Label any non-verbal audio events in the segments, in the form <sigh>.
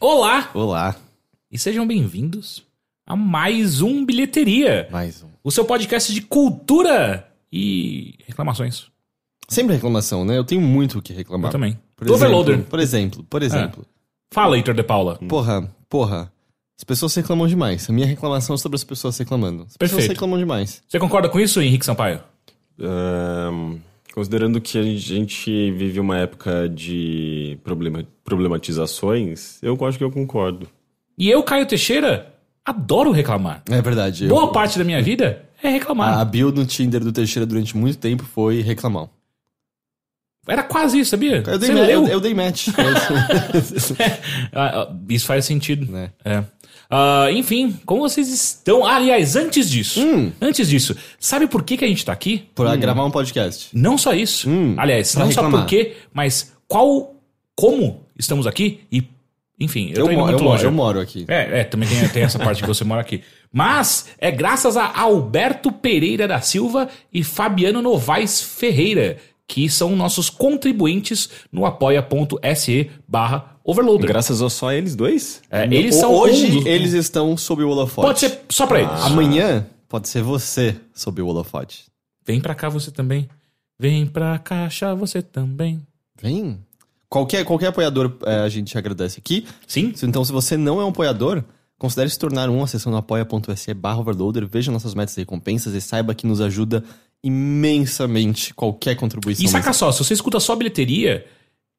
Olá Olá, e sejam bem-vindos a mais um Bilheteria, mais um. o seu podcast de cultura e reclamações. Sempre reclamação, né? Eu tenho muito o que Eu reclamar. também. Por Do exemplo, Overloader. É. Por exemplo, por exemplo. Fala, Heitor de Paula. Porra, porra. As pessoas reclamam demais. A minha reclamação é sobre as pessoas reclamando. As pessoas Perfeito. reclamam demais. Você concorda com isso, Henrique Sampaio? Ahn, considerando que a gente vive uma época de problema, problematizações, eu acho que eu concordo. E eu, Caio Teixeira, adoro reclamar. É verdade. eu- Ah. Boa parte da minha vida é reclamar. A bio no Tinder do Teixeira durante muito tempo foi reclamar. Era quase isso, sabia? Eu dei, Você ma- leu? <laughs> eu, eu <laughs> dei match. Ah, ah, isso faz sentido. Né? É. Ah, enfim, como vocês estão? Ah, aliás, antes disso, Hum. antes disso, sabe por que, que a gente tá aqui? Pra gravar um podcast. Não só isso. Hum, aliás, pra não só reclamar. por quê, mas qual, como estamos aqui e, enfim, eu, Eu, tô indo mo- muito eu, moro, longe. eu moro aqui. É, é, também tem, tem essa parte que você mora aqui. Mas é graças a Alberto Pereira da Silva e Fabiano Novaes Ferreira, que são nossos contribuintes no apoia.se barra overloader. Graças a só eles dois? É, eles são um Hoje dos- eles estão sob o holofote. Pode ser só pra eles. Amanhã pode ser você sob o holofote. Vem pra cá você também. Vem pra caixa você também. Vem. Qualquer, qualquer apoiador é, a gente agradece aqui. Sim? Se- Então, se você não é um apoiador, considere se tornar um acessando apoia.se barra overloader, veja nossas metas e recompensas e saiba que nos ajuda imensamente qualquer contribuição. E saca só, se você escuta só bilheteria,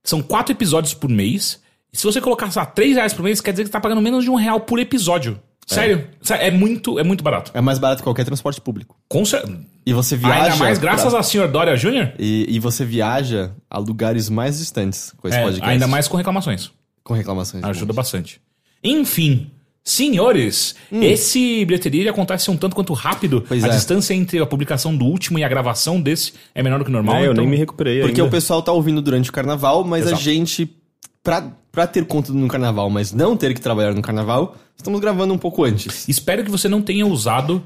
são quatro episódios por mês. E se você colocar só três reais por mês, quer dizer que você tá pagando menos de um real por episódio. Sério, Sé- é muito, é muito barato. É mais barato que qualquer transporte público. Com cer- E você viaja. Ainda mais graças pra- à senhora Dória Júnior. E, e você viaja a lugares mais distantes com esse É, podcast. ainda mais com reclamações. Com reclamações. Ajuda bastante. Enfim, senhores, esse bilheteria ele acontece um tanto quanto rápido. Hum. Pois a é. distância entre a publicação do último e a gravação desse é menor do que o normal. É, eu então- nem me recuperei Porque o ainda. pessoal tá ouvindo durante o carnaval, mas Exato. a gente, pra, pra ter conta no carnaval, mas não ter que trabalhar no carnaval, estamos gravando um pouco antes. Espero que você não tenha usado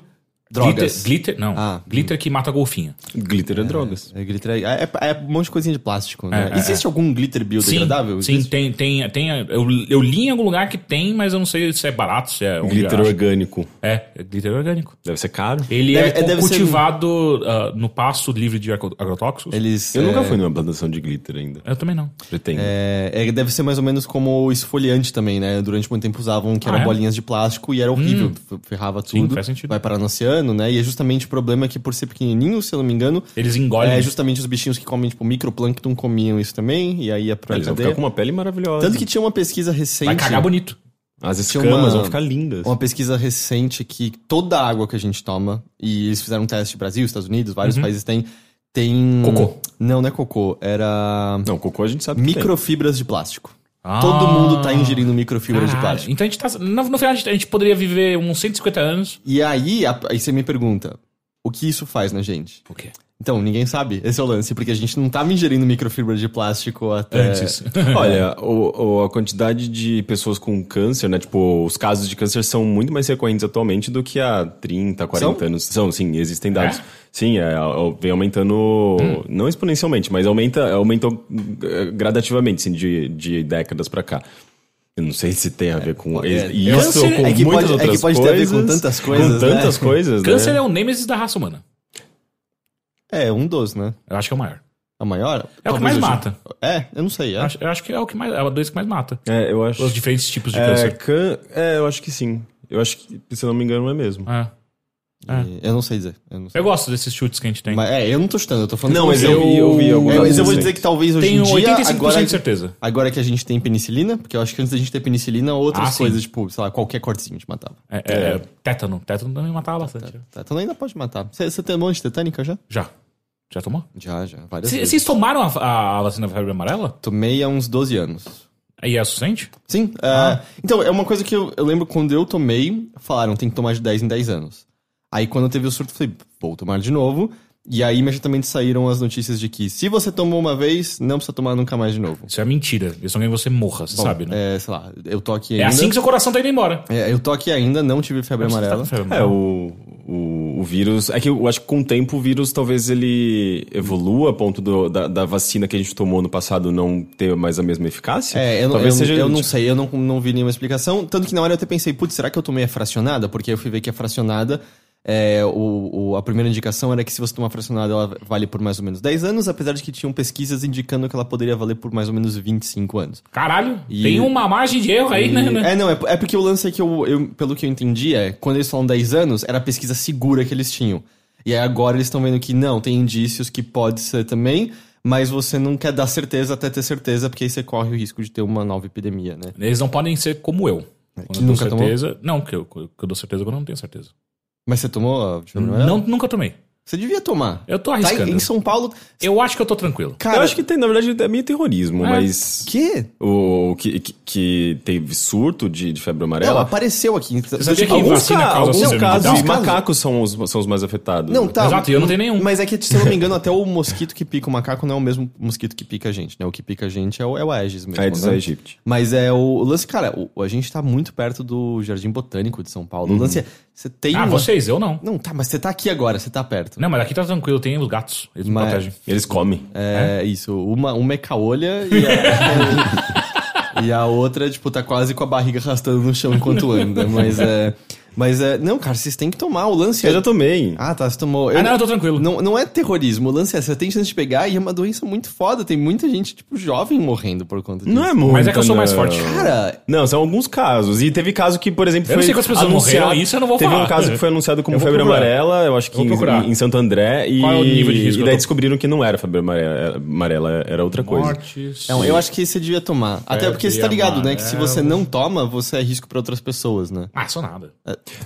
Drogas. glitter, glitter não, Ah. glitter que mata golfinha. Glitter é, drogas. É, glitter é, é, é um monte de coisinha de plástico, né? É, é, Existe algum glitter biodegradável? sim, Existe? tem, tem, tem eu, eu li em algum lugar que tem, mas eu não sei se é barato, se é onde Glitter acha. orgânico. É, é glitter orgânico. um Deve ser caro. Ele Deve- é, é, deve ser- cultivado ah, no pasto livre de agro- agrotóxicos. Eles. Eu é, nunca fui numa plantação de glitter ainda. Eu também não. Pretendo. é, é, deve ser mais ou menos como o esfoliante também, né? Durante muito tempo usavam que Ah, eram é? bolinhas de plástico e era horrível, f- ferrava tudo. faz sentido. Vai parar no oceano, né? E é justamente o problema é que, por ser pequenininho, se eu não me engano, Eles engolem. é justamente os bichinhos que comem, tipo, microplâncton comiam isso também, e aí ia pra Eles vão cadeia. ficar com uma pele maravilhosa. Tanto que tinha uma pesquisa recente. vai cagar bonito. As tinha escamas uma- vão ficar lindas. Uma pesquisa recente que toda a água que a gente toma, e eles fizeram um teste no Brasil, Estados Unidos, vários países têm, tem. Uhum. Cocô. Não, não é cocô, era. Não, cocô a gente sabe que tem. Microfibras de plástico. Ah. Todo mundo tá ingerindo microfibras de Caralho. plástico. Então a gente tá. No, no final a gente, a gente poderia viver uns 150 anos. E aí, a- aí você me pergunta, o que isso faz na gente? Por quê? Então, ninguém sabe. Esse é o lance, porque a gente não tava ingerindo microfibra de plástico até. É, Antes. É. Olha, o- o- a quantidade de pessoas com câncer, né? Tipo, os casos de câncer são muito mais recorrentes atualmente do que há 30, 40 São? anos. São, sim, existem dados. É? Sim, é, ó, vem aumentando, Hum. não exponencialmente, mas aumenta, aumentou eh, gradativamente, sim, de, de décadas pra cá. Eu não sei se tem a ver com é, es- é, isso câncer ou com é que muitas pode- é que outras pode ter a ver coisas. com tantas coisas, Com né? tantas coisas, né? <laughs> Câncer é o nêmesis da raça humana. É, um dos, né? Eu acho que é o maior. A maior? É o que Talvez mais hoje- mata. É, eu não sei. É. Eu acho, eu acho que é o que mais. É a doença que mais mata. um É, eu acho... Os diferentes tipos de É, câncer. can... é, eu acho que sim. Eu acho que, se eu não me engano, é mesmo. É. É. E- Eu não sei dizer. Eu não sei. Eu gosto desses chutes que a gente tem. Mas, é, eu não tô chutando, eu tô falando Não, que mas eu- eu vi, eu vi É, alguns mas eu vou recentes. dizer que talvez hoje Tenho em dia, 85% agora, de certeza. agora que a gente tem penicilina, porque eu acho que antes da gente ter penicilina, outras Ah, sim. coisas, tipo, sei lá, qualquer cortezinho te matava. É, é, é, tétano. Tétano também matava bastante. Tá, então ainda pode matar. Você você tem um monte de tetânica já? Já. Já tomou? Já, já. Várias C- vezes. Vocês tomaram a, a- a vacina da febre amarela? Tomei há uns 12 anos. E é suficiente? Sim. é, Então, é uma coisa que eu, eu lembro quando eu tomei, falaram, tem que tomar de 10 em 10 anos. Aí quando teve o surto, eu falei, vou tomar de novo. E aí imediatamente saíram as notícias de que se você tomou uma vez, não precisa tomar nunca mais de novo. Isso é mentira. Eles estão querendo que você morra, você Bom, sabe, né? É, sei lá, eu tô aqui É, ainda. assim que seu coração tá indo embora. É, eu tô aqui ainda, não tive febre Você tá amarela. com febre É, amarela. o, o, o o vírus. É que eu acho que com o tempo o vírus talvez ele evolua a ponto do- da, da vacina que a gente tomou no passado não ter mais a mesma eficácia. É, eu, não- talvez eu, seja. tipo, eu não sei, eu não, não vi nenhuma explicação. Tanto que na hora eu até pensei, putz, será que eu tomei a fracionada? Porque eu fui ver que a fracionada, é, o, o- a primeira indicação era que se você tomar a fracionada, ela vale por mais ou menos 10 anos, apesar de que tinham pesquisas indicando que ela poderia valer por mais ou menos 25 anos. Caralho, E- tem uma margem de erro aí, né? É, não, é, é porque o lance é que eu, eu- pelo que eu entendi, é, quando eles falam 10 anos, era a pesquisa segura que eles tinham. E aí agora eles estão vendo que não, tem indícios que pode ser também, mas você não quer dar certeza até ter certeza, porque aí você corre o risco de ter uma nova epidemia, né? Eles não podem ser como eu. Quando eu dou É, nunca tomou? certeza. Não, que eu, que eu dou certeza que eu não tenho certeza. Mas você tomou? a Fibromialgia? Não, nunca tomei. Você devia tomar. Eu tô Tá arriscando. em, em São Paulo. Eu acho que eu tô tranquilo. Cara, eu acho que tem, na verdade, é meio terrorismo, É. mas. quê? O que, que, que teve surto de, de febre Não, amarela. apareceu aqui. Você sabia que- alguns vacina ca- causa alguns síndrome de casos, Down? macacos são os, são os mais afetados. né? Não, tá. Exato, e eu não tenho nenhum. Mas é que, se eu não me engano, <laughs> até o mosquito que pica o macaco não é o mesmo mosquito que pica a gente, né? O que pica a gente é o, é o Aegis mesmo. Aedes né? aegypti. Mas é o, o lance, cara, o- a gente tá muito perto do Jardim Botânico de São Paulo. O lance é. Você tem. Ah, uma- vocês, eu não. Não, tá, mas você tá aqui agora, você tá perto. Não, mas aqui tá tranquilo, tem os gatos. Eles me Mas- protegem. Eles comem. É, isso. Uma, uma é caolha e <laughs> a, e a outra, tipo, tá quase com a barriga arrastando no chão enquanto anda. Mas é. Mas é. Não, cara, vocês têm que tomar. O lance é. Eu já tomei. Ah, tá, você tomou. Eu- Ah, não, eu tô tranquilo. Não, não é terrorismo. O lance é, você tem chance de pegar e é uma doença muito foda. Tem muita gente, tipo, jovem morrendo por conta disso. Não é muito. Mas é que eu sou mais não. forte. Cara, Não, são alguns casos. E teve caso que, por exemplo, Eu não sei quantas pessoas anunciado- morreram, isso eu não vou teve falar. um caso que foi anunciado como Eu vou febre procurar. amarela, eu acho que Vou em, procurar. em Santo André. E, Qual é o nível de risco e que eu daí tô? descobriram que não era febre amarela, amarela, era outra coisa. É um Mortes. não, eu acho que você devia tomar. Até porque você tá ligado, né? Que se você amarelo. não toma, você é risco pra outras pessoas, né? Ah, sou nada.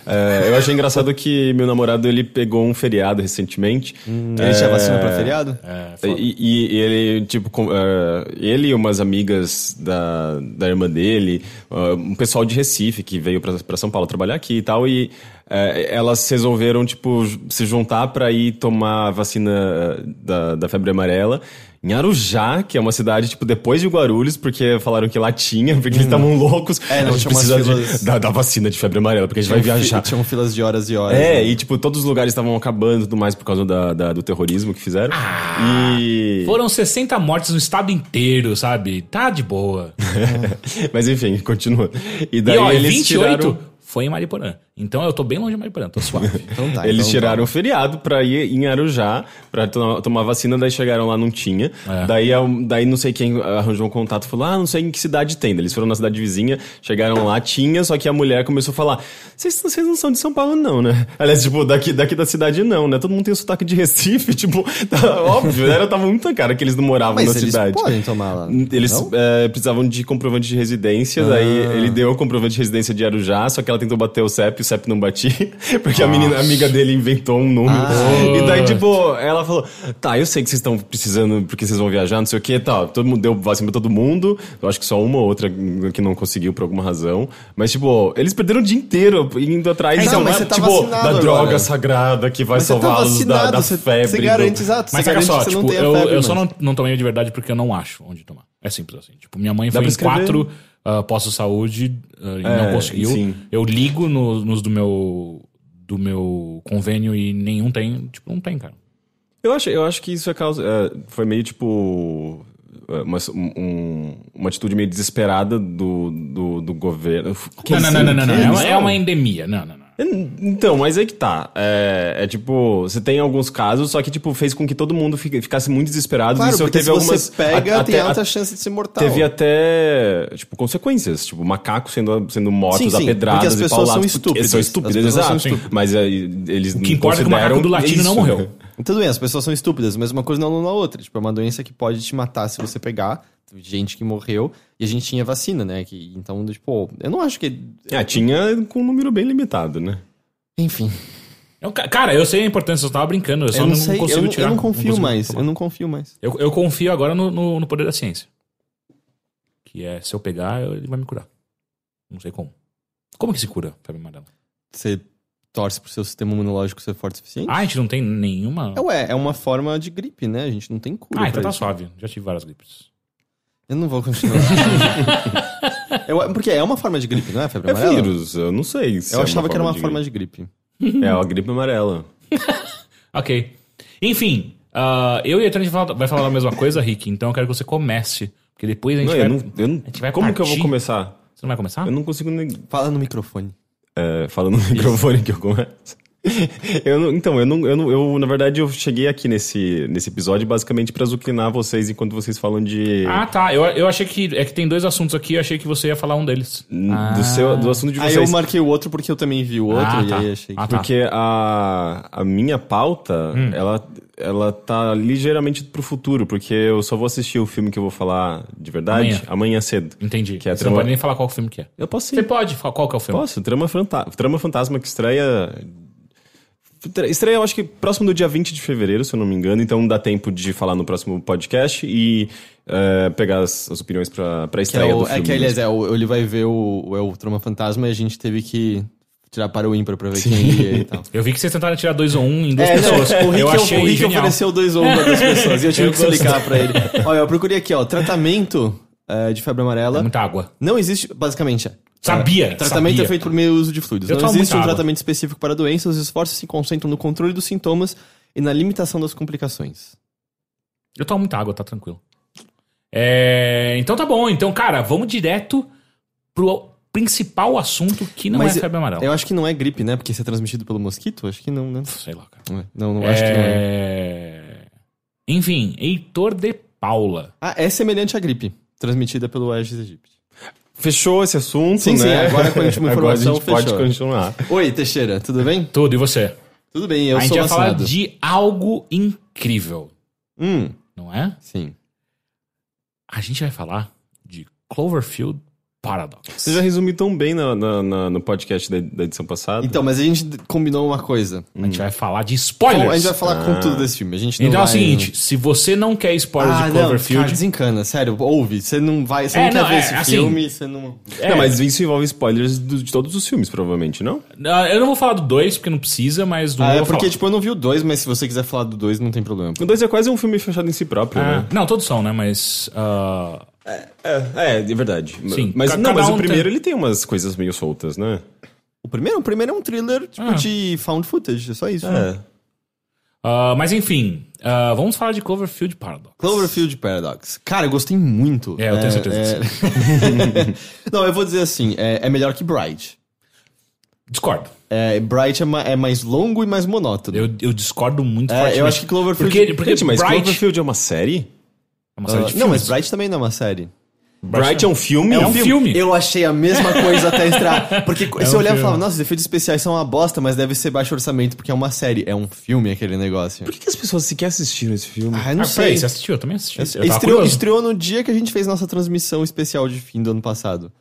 É, eu achei engraçado que meu namorado ele pegou um feriado recentemente. Hum. Ele já vacina pra feriado? um É, foda. E, e- e ele, tipo, com- eh, ele e umas amigas da, da irmã dele, ah, um pessoal de Recife que veio pra, pra São Paulo trabalhar aqui e tal, e eh, elas resolveram, tipo, ju- se juntar pra ir tomar a vacina eh, da, da febre amarela em Arujá, que é uma cidade, tipo, depois de Guarulhos, porque falaram que lá tinha, porque eles estavam loucos. Uhum. É, não, a gente tinha umas precisa de- filas- um da, da vacina de febre amarela, porque a gente vai viajar. Tinham filas de horas e horas. É, né? e tipo, todos os lugares estavam acabando e tudo mais por causa da, da- do terrorismo que fizeram. Ah. E. Foram 60 mortes no estado inteiro, sabe? Tá de boa. <laughs> Mas enfim, continua. E E daí ó, eles 28 tiraram. foi em Mariporã. Então eu tô bem longe de Mariporã, tô <laughs> suave. Então tá, eles então tiraram o feriado pra ir em Arujá pra to- tomar vacina, daí chegaram lá, não tinha. É. Daí, a- daí não sei quem arranjou um contato falou: Ah, não sei em que cidade tem. Daí Eles foram na cidade vizinha, chegaram lá, tinha, só que a mulher começou a falar: Vocês vocês não são de São Paulo, não, né? Aliás, tipo, daqui, daqui da cidade não, né? Todo mundo tem o sotaque de Recife, <laughs> tipo, tá, óbvio, era, tava muito na cara que eles não moravam Mas na eles cidade. podem então, tomar lá, Eles não? Ah. é, precisavam de comprovante de residência, daí ele deu o comprovante de residência de Arujá, só que ela tentou bater o CEP, o CEP não batia, <laughs> porque a menina a amiga dele inventou um número. Ah. E daí, tipo, ela falou: tá, eu sei que vocês estão precisando, porque vocês vão viajar, não sei o que, tal. Todo mundo deu vacina pra todo mundo, eu acho que só uma ou outra que não conseguiu por alguma razão. Mas, tipo, eles perderam o dia inteiro indo atrás É, então, mas da, você tá tipo, vacinado da agora. droga sagrada que vai Mas você tá salvá-los da, vacinado, da você- febre. você do- garante, exato, Mas você olha garante só, que você não tipo, tem a eu, febre, eu só mas- não, não tomei de verdade porque eu não acho onde tomar. É simples assim. Tipo, minha mãe foi Dá em pra escrever? É, quatro ah, postos de saúde ah, e não conseguiu. sim. Eu ligo no- nos do meu do meu convênio e nenhum tem. Tipo, não tem, cara. Eu acho, eu acho que isso é causa. é, foi meio tipo. é, Uma, um- uma atitude meio desesperada do, do, do governo. Que não, não, isso? não, não, não, não. Que É uma, isso? é uma endemia. Não, não, não. Então, mas aí que tá. É, é tipo, você tem alguns casos, só que tipo, fez com que todo mundo fica- ficasse muito desesperado. Claro, isso porque teve se algumas. você pega, a- tem até- alta a- chance de ser mortal. Teve até, tipo, consequências. Tipo, macacos sendo, sendo mortos, Sim, sim, apedrados porque as e pessoas paulados. são estúpidas. porque- Eles são estúpidas, As pessoas exato. são estúpidas. Mas aí, eles O que importa é que o macaco do latino não <laughs> morreu. Tudo bem, as pessoas são estúpidas, mas uma coisa não anula a outra. Tipo, é uma doença que pode te matar se você pegar. Teve gente que morreu e a gente tinha vacina, né? Que, então, tipo, eu não acho que. É, tinha com um número bem limitado, né? Enfim. Eu, ca- cara, eu sei a importância, eu tava brincando, eu só eu não, não, sei, consigo eu, não- tirar. eu não confio consigo mais. tomar. Eu não confio mais. Eu, eu confio agora no, no, no poder da ciência. Que é, se eu pegar, eu- ele vai me curar. Não sei como. Como que se cura, febre amarela? Você torce pro seu sistema imunológico ser forte o suficiente? Ah, a gente não tem nenhuma. É, ué, é uma forma de gripe, né? A gente não tem cura. Ah, pra então tá isso. suave. Já tive várias gripes. Eu não vou <laughs> continuar. Eu- porque é uma forma de gripe, não é? Febre É amarela? vírus, eu não sei. se Eu é achava uma que era uma de forma de gripe. gripe. É, a gripe amarela. Ok. Enfim, ah, eu e a Tânia fala- vai falar a mesma coisa, Rick, então eu quero que você comece. Porque depois a gente Não, vai. eu não, eu não- gente vai como que eu vou partir. Ah. começar? Você não vai começar? Eu não consigo nem. Fala no microfone. É, fala no <laughs> microfone que eu começo. <laughs> Eu não- então, eu, não, eu, não, eu, na verdade, eu cheguei aqui nesse, nesse episódio basicamente pra zuclinar vocês enquanto vocês falam de. Ah, tá. Eu, eu achei que. É que tem dois assuntos aqui, eu achei que você ia falar um deles. Hum. n- Ah. do, seu, do assunto de Aí vocês. eu marquei o outro porque eu também vi o outro Ah, e tá. aí achei que... Ah, tá. Hum. Porque a, a minha pauta, ela, ela tá ligeiramente pro futuro, porque eu só vou assistir o filme que eu vou falar de verdade Amanhã. amanhã, cedo. Entendi. Que é a você não trama- pode nem falar qual filme que é. Eu posso Você ir. pode falar qual que é o filme? Posso, Trama, Fanta- Trama Fantasma que estreia. Estreia, eu acho que próximo do dia 20 de fevereiro, se eu não me engano, então dá tempo de falar no próximo podcast e eh, pegar as, as opiniões pra, pra Que é, estreia do o, filme. é que, mesmo. aliás, é, o- ele vai ver o, o, é o Trama Fantasma e a gente teve que tirar para o ímpar pra ver quem ia e <laughs> tal. Eu vi que vocês tentaram tirar dois ou um em duas É, não, pessoas. o Rick, eu o- achei o Rick genial. ofereceu dois ou um pra duas pessoas e eu tive Eu que gosto. explicar pra ele. Olha, eu procurei aqui, ó, tratamento eh, de febre amarela. Muita água. Não existe, basicamente. Sabia, eh, Tratamento sabia. é feito por meio do uso de fluidos. Eu não tomo existe um muita água. tratamento específico para a doença, os esforços se concentram no controle dos sintomas e na limitação das complicações. Eu tomo muita água, tá tranquilo. É, então tá bom. Então, cara, vamos direto pro principal assunto que não Mas é febre amarela. Eu acho que não é gripe, né? Porque isso é transmitido pelo mosquito? Acho que não, né? Sei lá, cara. Não, é. não, não acho que não é. É, Enfim, Heitor de Paula. Ah, é semelhante à gripe, transmitida pelo Aedes aegypti. Fechou esse assunto, Sim, né? sim, agora com a última <laughs> Agora a gente informação, pode fechou. continuar. Oi, Teixeira, tudo bem? Tudo, e você? Tudo bem, eu a gente sou vai falar vacinado. de algo incrível, Hum, não é? sim. A gente vai falar de Cloverfield Paradox. Você já resumiu tão bem na, na- na- no podcast da, da edição passada. Então, mas a gente combinou uma coisa. A gente vai falar de Bom, spoilers. Então, a gente vai falar com Ah. tudo desse filme. A gente não então é o vai- seguinte, se você não quer spoilers Ah, de Não, Cloverfield, cara, desencana, sério. Ouve, você não vai, você É, não quer não, ver é, esse assim- filme, você não... é. Não, mas isso envolve spoilers do- de todos os filmes, provavelmente, não? Ah, eu não vou falar do 2 porque não precisa, mas do 1 Ah, eu é vou porque, falar. tipo, eu não vi o dois, mas se você quiser falar do dois, não tem problema. O 2 é quase um filme fechado em si próprio, Ah, né? não, todos são, né? Mas ah, É, é de verdade. Sim, Mas, ca- não, cada mas um o primeiro tem- ele tem umas coisas meio soltas, né? O primeiro, o primeiro é um thriller, tipo, Ah. de found footage, é só isso. né? É. ah, mas enfim, ah, vamos falar de Cloverfield Paradox. Cloverfield Paradox. Cara, eu gostei muito. É, eu tenho certeza é- <laughs> não, eu vou dizer assim, é, é melhor que Bright. Discordo. É, Bright é, ma- é mais longo e mais monótono. Eu, eu discordo muito É, fortemente. eu acho que Cloverfield- Porque, porque Gente, mas Bright... Cloverfield é uma série? É uma Ah, série de não, filmes. mas Bright também não é uma série. Bright é um filme? É um filme. Eu achei a mesma <laughs> coisa até entrar. Porque se eu um olhar e filme. falava, nossa, os efeitos especiais são uma bosta, mas deve ser baixo orçamento, porque é uma série. É um filme aquele negócio. Por que, que as pessoas sequer assistiram esse filme? é? Ah, eu não Ah, sei. peraí, você assistiu? Eu também assisti. Eu tava estreou, curioso. estreou no dia que a gente fez nossa transmissão especial de fim do ano passado.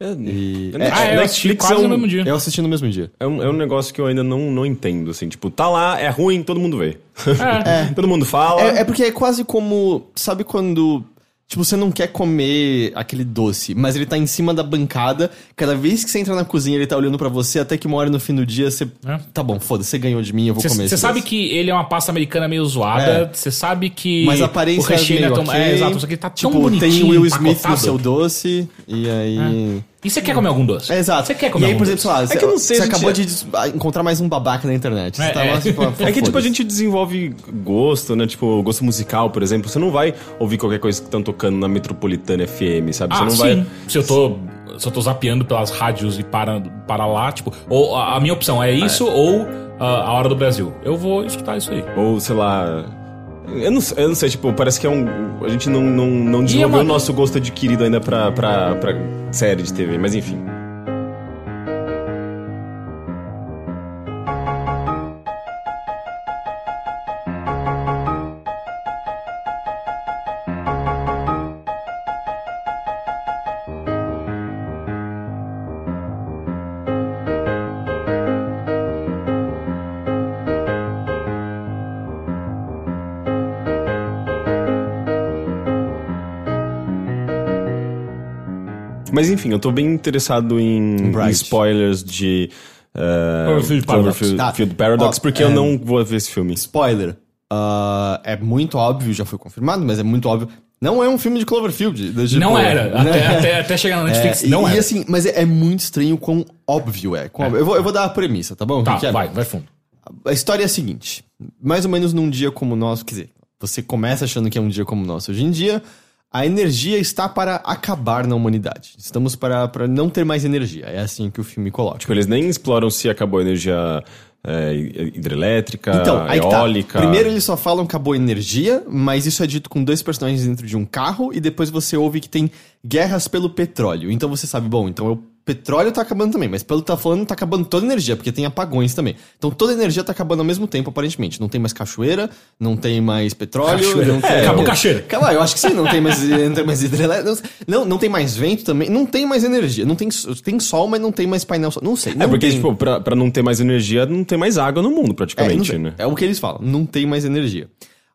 É, E- é, Ah, eu assisti Netflix quase é um, no mesmo dia. Eu assisti no mesmo dia. É um, é um negócio que eu ainda não, não entendo, assim. Tipo, tá lá, é ruim, todo mundo vê. <laughs> todo mundo fala. É, é porque é quase como. Sabe quando. Tipo, você não quer comer aquele doce, mas ele tá em cima da bancada. Cada vez que você entra na cozinha, ele tá olhando pra você, até que uma hora no fim do dia você. É. Tá bom, foda-se, você ganhou de mim, eu vou comer. Você esse sabe doce." que ele é uma pasta americana meio zoada. Você sabe que. É. Mas a aparência o recheio é não meio é tão. ok. É, exato. Só que ele tá tão tipo, bonitinho. tem o Will Smith no empacotado. seu doce, e aí. E você quer comer algum doce? É, exato. Você quer comer E aí, algum por exemplo, sei lá, você, que eu não sei, você a gente- acabou de des- encontrar mais um babaca na internet. Você É, tá lá, <laughs> é. tipo, ah, É que, tipo, a foda-se. gente desenvolve gosto, né? Tipo, gosto musical, por exemplo. Você não vai ouvir qualquer coisa que estão tocando na Metropolitana FM, sabe? Ah, você não sim. vai. Se eu tô. Se eu tô zapeando pelas rádios e para, para lá, tipo. Ou a, a minha opção é isso ou ah, a hora do Brasil. Eu vou escutar isso aí. Ou, sei lá. Eu não, eu não sei, tipo, parece que é um. A gente não, não, não é desenvolveu uma- o nosso gosto adquirido ainda pra, pra, pra série de TV, mas enfim. Mas enfim, eu tô bem interessado em, Bright. em spoilers de. eh, Cloverfield Paradox. Cloverfield Tá. Field Paradox, Ó, porque é. eu não vou ver esse filme. Tipo, Spoiler. Ah, é muito óbvio, já foi confirmado, mas é muito óbvio. Não é um filme de Cloverfield. né, tipo, não era. né? Até, até, até chegar na Netflix, <laughs> É, e- não e, era. assim, mas é, é muito estranho quão óbvio é. quão óbvio. Eu, vou, eu vou dar a premissa, tá bom? Tá, Rick? É- vai, vai fundo. A história é a seguinte: mais ou menos num dia como o nosso, quer dizer, você começa achando que é um dia como o nosso hoje em dia, a energia está para acabar na humanidade. Estamos para, para não ter mais energia. É assim que o filme coloca. Tipo, eles nem exploram se acabou a energia é, hidrelétrica, Então, aí que tá. eólica. Primeiro eles só falam que acabou a energia, mas isso é dito com dois personagens dentro de um carro e depois você ouve que tem guerras pelo petróleo. Então você sabe, bom, então o petróleo tá acabando também, mas pelo que tá falando tá acabando toda a energia, porque tem apagões também. Então toda a energia tá acabando ao mesmo tempo, aparentemente. Não tem mais cachoeira, não tem mais petróleo, Cachoeira. não tem... É, acabou cachoeira. Calma, eu acho que sim, não tem mais, não tem mais hidrelétrica, não, não tem mais vento também, não tem mais energia, não tem, tem sol, mas não tem mais painel solar, não sei. É não porque, tem... tipo, pra, pra não ter mais energia, não tem mais água no mundo, É, não praticamente, tem. né? É o que eles falam, não tem mais energia.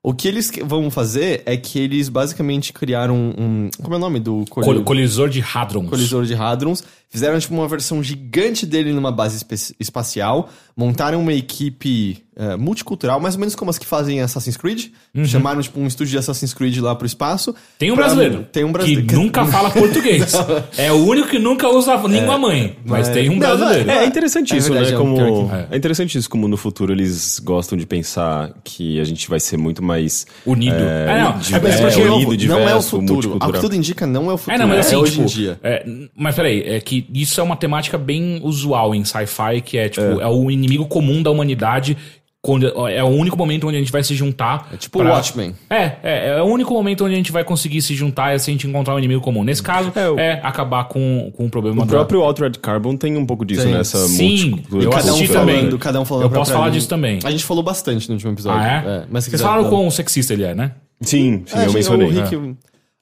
O que eles que- vão fazer é que eles basicamente criaram um. Como é o nome do coli- Col- colisor de Hadrons. colisor de Hadrons? Fizeram tipo uma versão gigante dele numa base espe- espacial, montaram uma equipe eh, multicultural, mais ou menos como as que fazem Assassin's Creed. Chamaram tipo um estúdio de Assassin's Creed lá pro espaço. Uhum. Tem um pra- brasileiro. Tem um brasileiro. Que nunca fala <laughs> português. é o único que nunca usa a língua mãe. Mas tem um É, Não, não, brasileiro. É, é interessante É isso, verdade, né? é um Como, pior é interessante isso, como no futuro eles gostam de pensar que a gente vai ser muito mais. Unido. É, É, não, de- é, mas Mas porque é, porque eu- não, unido, não é o diverso, futuro. Ao que multicultural. tudo indica, não é o futuro. É, não, mas assim, é hoje tipo, em dia. é, n- mas peraí, é que isso é uma temática bem usual em sci-fi, que é tipo, é. o inimigo comum da humanidade. Quando, é o único momento onde a gente vai se juntar. É tipo Watchmen. É, é, é o único momento onde a gente vai conseguir se juntar e assim, a gente encontrar um inimigo comum. Nesse caso, É, é, o- acabar com, com o problema O da- próprio Altered Carbon tem um pouco disso, Então, Tem. né? Essa Sim, multicultura- eu Cada um assisti falando, também. cada um falando Eu pra posso pra falar mim. disso também. A gente falou bastante no último episódio. Ah, é? mas se Vocês quiser- falaram não. quão sexista ele é, né? Sim, sim, É, eu gente, mencionei. né? o Rick-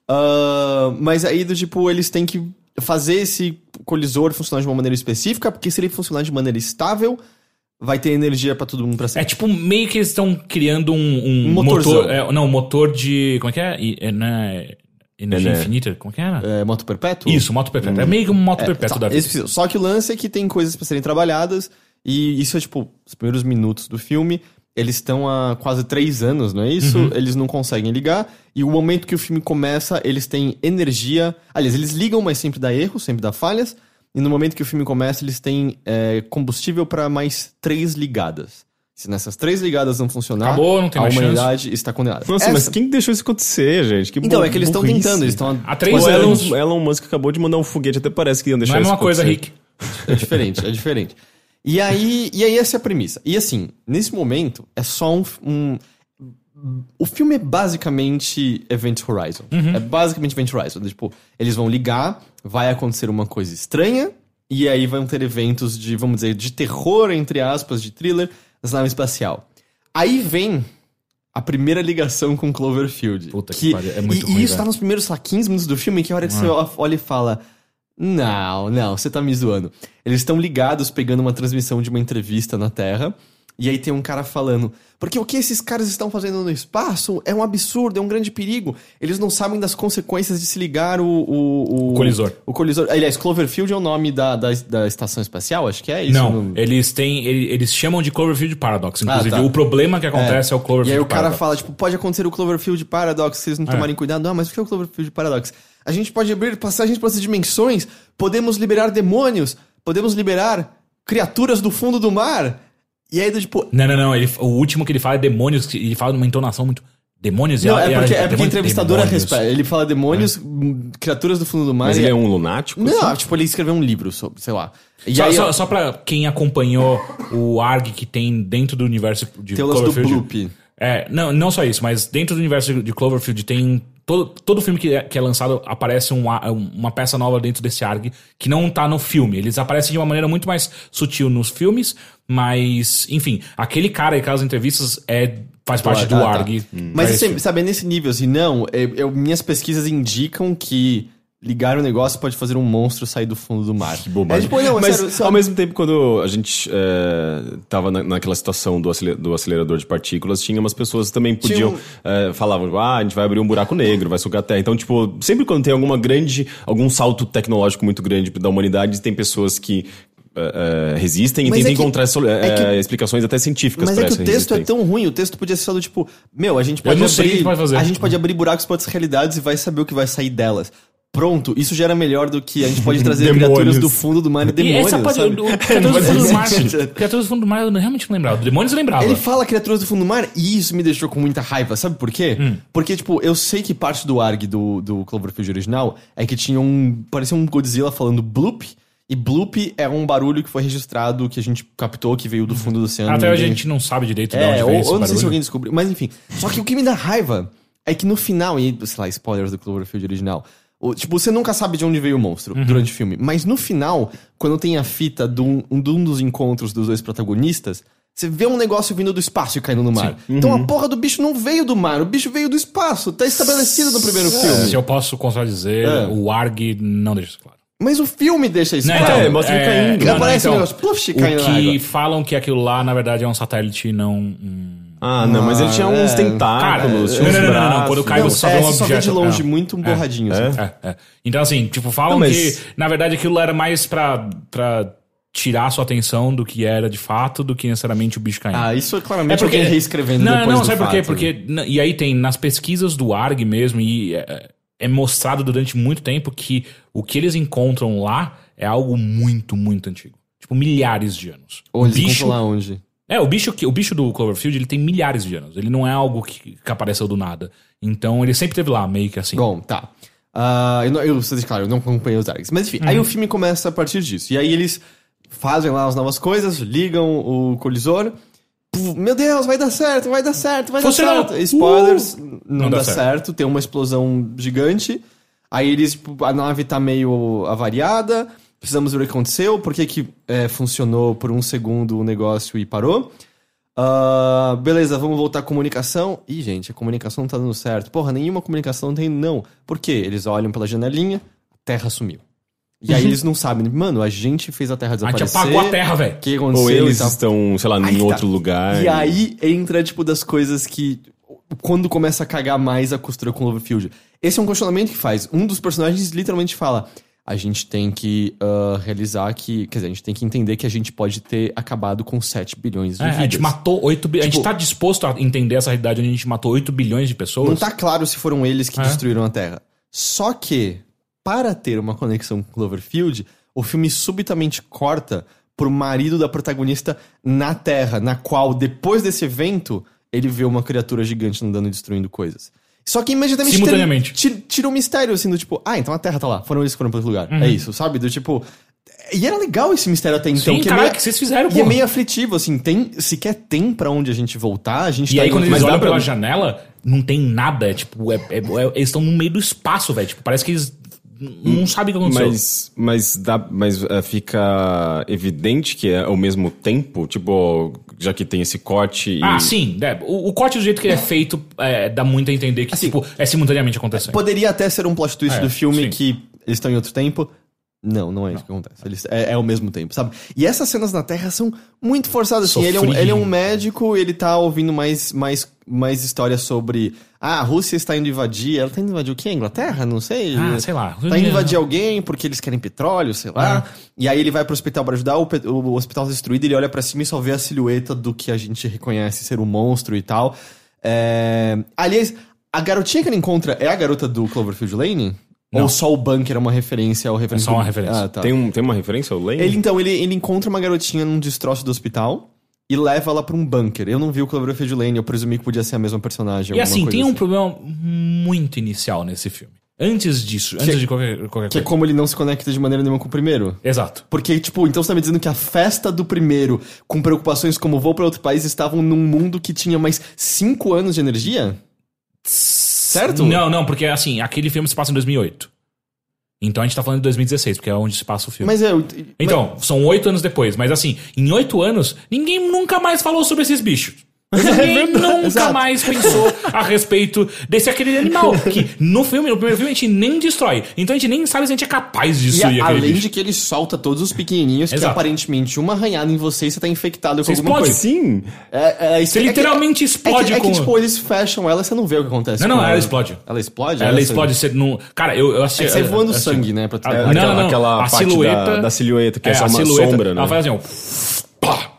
Ah, mas aí, do tipo, eles têm que fazer esse colisor funcionar de uma maneira específica, porque se ele funcionar de maneira estável, vai ter energia pra todo mundo pra É sempre. tipo, meio que eles estão criando um, um Um motorzão. motor. é, não, um motor de. Como é que é? E- é, né? Energia Ele é- infinita? Como é que era? É, moto perpétua? Isso, moto perpétua. É meio que um moto perpétua Tá, da eles vida. precisam. Hum. Só que o lance é que tem coisas pra serem trabalhadas, e isso é tipo, os primeiros minutos do filme. Eles estão há quase três anos, não é isso? Uhum. Eles não conseguem ligar. E o momento que o filme começa, eles têm energia. Aliás, eles ligam, mas sempre dá erro, sempre dá falhas. E no momento que o filme começa, eles têm é, combustível pra mais três ligadas. Se nessas três ligadas não funcionar, Acabou, não tem a mais chance. humanidade está condenada. Nossa, Essa- mas quem deixou isso acontecer, gente? Que Então, bo- é que eles estão burrice. tentando, eles estão Há O três Elon, é, anos. Elon Musk acabou de mandar um foguete, até parece que iam deixar Não é a isso mesma coisa, acontecer. Rick. É diferente, é diferente. E aí, e aí essa é a premissa. E assim, nesse momento, é só um. um- o filme é basicamente Event Horizon. Uhum. É basicamente Event Horizon. Tipo, eles vão ligar, vai acontecer uma coisa estranha, e aí vão ter eventos de, vamos dizer, de terror, entre aspas, de thriller, nas naves espacial. Aí vem a primeira ligação com Cloverfield. Puta que pariu, é muito e, ruim, e isso tá velho. Ah. nos primeiros, sei lá, 15 minutos do filme, que é a hora que você olha e fala... Não, não, você tá me zoando. Eles estão ligados pegando uma transmissão de uma entrevista na Terra. E aí tem um cara falando, porque o que esses caras estão fazendo no espaço é um absurdo, é um grande perigo. Eles não sabem das consequências de se ligar o... O, O colisor. O colisor. Aliás, Cloverfield é o nome da, da, da estação espacial, acho que é isso. Não, eles têm. ele- Eles chamam de Cloverfield Paradox. Inclusive, tá. o problema que acontece é, o E Cloverfield aí o cara Paradox. fala, tipo, pode acontecer o Cloverfield Paradox se eles não tomarem cuidado. Ah, mas o que é o Cloverfield Paradox? A gente pode abrir passagens para essas dimensões, podemos liberar demônios, podemos liberar criaturas do fundo do mar. E aí, do tipo... Não, não, não. ele- o último que ele fala é demônios. que Ele fala numa entonação muito. Demônios e Não, a- e é a- porque, é porque a demônios- entrevistadora demônios. respe- Ele fala demônios, hum, criaturas do fundo do mar. Mas e- ele é um lunático? Não, assim? tipo, ele escreveu um livro sobre, sei lá. E Só, aí, só, só pra quem acompanhou o ARG que tem dentro do universo de Tem o lance do Bloop. É, não, não só isso, mas dentro do universo de Cloverfield tem. Todo, todo filme que é, que é lançado aparece um a- uma peça nova dentro desse ARG que não tá no filme. Eles aparecem de uma maneira muito mais sutil nos filmes, mas, enfim, aquele cara e aquelas entrevistas é, faz parte do Ah, tá. ARG. Mas, pra assim, esse sabe, é nesse nível, assim, não, eu- eu- minhas pesquisas indicam que ligar o negócio pode fazer um monstro sair do fundo do mar. Que bobagem. É, tipo, não, Mas, mas, sério, ao sério, mesmo tempo, quando a gente é, tava na- naquela situação do, acele- do acelerador de partículas, tinha umas pessoas que também Tinha podiam... um- é, falavam, tipo, ah, a gente vai abrir um buraco negro, vai sugar a terra. Então, tipo, sempre quando tem alguma grande... Algum salto tecnológico muito grande da humanidade, tem pessoas que... é, é, resistem e Mas tentam é que- encontrar sol- é, é que- é, explicações até científicas mas para é que essa o texto é resistência. tão ruim, o texto podia ser só do tipo, meu, a gente pode não sei o abrir. que a gente vai fazer. A gente pode abrir buracos para outras realidades e vai saber o que vai sair delas. pronto, isso já era melhor do que a gente pode trazer Demônios. criaturas do fundo é do mar e E demônios, essa parte. <laughs> sabe? O, o Criaturas do faz Fundo do Mar. <laughs> sentido. Criaturas do Fundo do Mar eu realmente não lembrava. Demônios eu lembrava. Ele é fala criaturas do fundo do mar e isso me deixou com muita raiva, sabe por quê? Hum. Porque, tipo, eu sei que parte do ARG do, do Cloverfield original é que tinha um. parecia um Godzilla falando bloop. E bloop é um barulho que foi registrado, que a gente captou, que veio do fundo do oceano. Até hoje a ninguém- gente não sabe direito de É, onde ou, ou veio não esse sei se barulho. alguém descobriu, mas enfim. Só que o que me dá raiva é que no final, e sei lá, spoilers do Cloverfield original. o- tipo, você nunca sabe de onde veio o monstro Uhum. durante o filme. Mas no final, quando tem a fita de um, um- de um dos encontros dos dois protagonistas, você vê um negócio vindo do espaço e caindo no mar. Então Uhum. a porra do bicho não veio do mar, o bicho veio do espaço. Tá estabelecido no primeiro Se filme. eu posso contradizer, É. o ARG não deixa isso claro. Mas o filme deixa isso Não, então, claro. é, mostra ele caindo. não, Aparece não, um então, negócio, pluf, caindo O na que água. falam que aquilo lá, na verdade, é um satélite e não um... Ah, não, mas ele tinha uns é. Cara, tentáculos, tinha não, uns não, não, não, não, braços. quando cai Não, você só é, vê um você só vê objeto. de longe, É. muito borradinho. assim. É, é. Então, assim, tipo, falam Não, mas- que, na verdade, aquilo lá era mais pra, pra tirar a sua atenção do que era de fato, do que necessariamente o bicho caindo. Ah, isso é claramente alguém reescrevendo Não, depois não, do sabe por quê? fato. né? Porque. na- E aí tem nas pesquisas do ARG mesmo, e é, é mostrado durante muito tempo que o que eles encontram lá é algo muito, muito antigo. Tipo, milhares de anos. O Onde? bicho. Lá onde? É, o bicho, que- o bicho do Cloverfield ele tem milhares de anos. Ele não é algo que, que apareceu do nada. Então ele sempre teve lá, meio que assim. Bom, tá. Ah, eu, não, eu, vocês, claro, eu não acompanhei os arcs. Mas enfim, aí o filme começa a partir disso. E aí eles fazem lá as novas coisas, ligam o colisor. Puf, meu Deus, vai dar certo, vai dar certo, vai Funcionou! dar certo. Spoilers, Uh! não, Não dá, dá certo. tem uma explosão gigante. Aí eles, tipo, a nave tá meio avariada, precisamos ver o que aconteceu, por que que é, funcionou por um segundo o negócio e parou. Ah, beleza, vamos voltar à comunicação. Ih, gente, a comunicação não tá dando certo. Porra, nenhuma comunicação tem, não. Por quê? Eles olham pela janelinha, a terra sumiu. E aí eles não sabem, mano, a gente fez a terra a gente desaparecer. apagou a terra, velho. O que aconteceu? Ou e eles tal. estão, sei lá, Aí em tá. outro lugar. E aí entra, tipo, das coisas que. Quando começa a cagar mais a costura com o Cloverfield. Esse é um questionamento que faz. Um dos personagens literalmente fala: a gente tem que ah, realizar que. Quer dizer, a gente tem que entender que a gente pode ter acabado com 7 bilhões de É, a gente vidas. matou 8 bilhões. a Tipo- gente tá disposto a entender essa realidade onde a gente matou 8 bilhões de Não pessoas? tá claro se foram eles que É. destruíram a Terra. Só que, para ter uma conexão com Cloverfield, o filme subitamente corta pro marido da protagonista na Terra, na qual, depois desse evento, ele vê uma criatura gigante andando e destruindo coisas. Só que imediatamente tira- Simultaneamente. ti- Tira, um mistério, assim, do tipo, ah, então a Terra tá lá, foram eles que foram pra outro Uhum. lugar. É isso, sabe? Do tipo. E era legal esse mistério até então. Sim, que é caralho, meio- que vocês fizeram, E é porra. meio aflitivo, assim, tem, sequer tem pra onde a gente voltar, a gente E tá aí em quando outro- eles Mas dá olham pra- pela janela, não tem nada. É tipo, é- é- é- eles estão no meio do espaço, velho. Tipo, parece que eles n- não sabem o que aconteceu. Mas, mas, dá, mas eh, fica evidente que é ao mesmo tempo, tipo, já que tem esse corte e. Ah, sim. né? O, o corte do jeito que ele é feito é, dá muito a entender que, tipo, é simultaneamente acontecendo. Poderia até ser um plot twist É, do filme sim. que eles estão em outro tempo. Não, não é isso que acontece. Eles, é, é o mesmo tempo, sabe? E essas cenas na Terra são muito forçadas. Assim. Ele, é um, Sofrido. ele é um médico, ele tá ouvindo mais, mais, mais histórias sobre. Ah, a Rússia está indo invadir. Ela tá indo invadir o quê? A Inglaterra? Não sei. Ah, sei lá. Tá indo invadir alguém porque eles querem petróleo, sei lá. É. E aí ele vai pro hospital pra ajudar, o, pe- o hospital tá destruído, ele olha pra cima e só vê a silhueta do que a gente reconhece ser um monstro e tal. É... Aliás, a garotinha que ele encontra é a garota do Cloverfield Lane? Ou só o bunker é uma referência ao É referência? só uma do- referência. Ah, tá. Tem, um, tem uma referência ao Lane? Ele então, ele, ele encontra uma garotinha num destroço do hospital e leva ela pra um bunker. Eu não vi o Cloverfield Lane, eu presumi que podia ser a mesma personagem. E alguma assim, coisa tem um problema muito inicial nesse filme. Antes disso, antes de qualquer, qualquer Que é coisa. como ele não se conecta de maneira nenhuma com o primeiro. Exato. Porque, tipo, então você tá me dizendo que a festa do primeiro, com preocupações como vou pra outro país, estavam num mundo que tinha mais cinco anos de energia? Certo? Não, não, porque assim, aquele filme se passa em 2008. Então a gente tá falando de 2016, porque é onde se passa o filme. Mas é. eu- Então, são oito anos depois, mas assim, em oito anos, ninguém nunca mais falou sobre esses <laughs> bichos. Ninguém nunca É Exato. mais pensou a respeito desse aquele <laughs> animal que no filme, no primeiro filme, a gente nem destrói. Então a gente nem sabe se a gente é capaz de E destruir a- aquele além bicho. de que ele solta todos os pequenininhos, que Exato. aparentemente uma arranhada em você e você tá infectado Você com alguma explode. coisa. Sim. É, é, isso- Você é que- literalmente é que, explode é que, com. tipo, eles fecham ela e você não vê o que acontece. Não, não, com ela explode. Ela explode? Ela Essa- explode, você não. Cara, eu, eu assisti. né, assim. É que sai eu- voando eu assisti- sangue, né, pra tu- Ah, É, não, aquela, não, não. aquela a parte da- silhueta. da, silhueta, que é, a só uma silhueta, sombra, né? Ela faz assim, ó. Pá!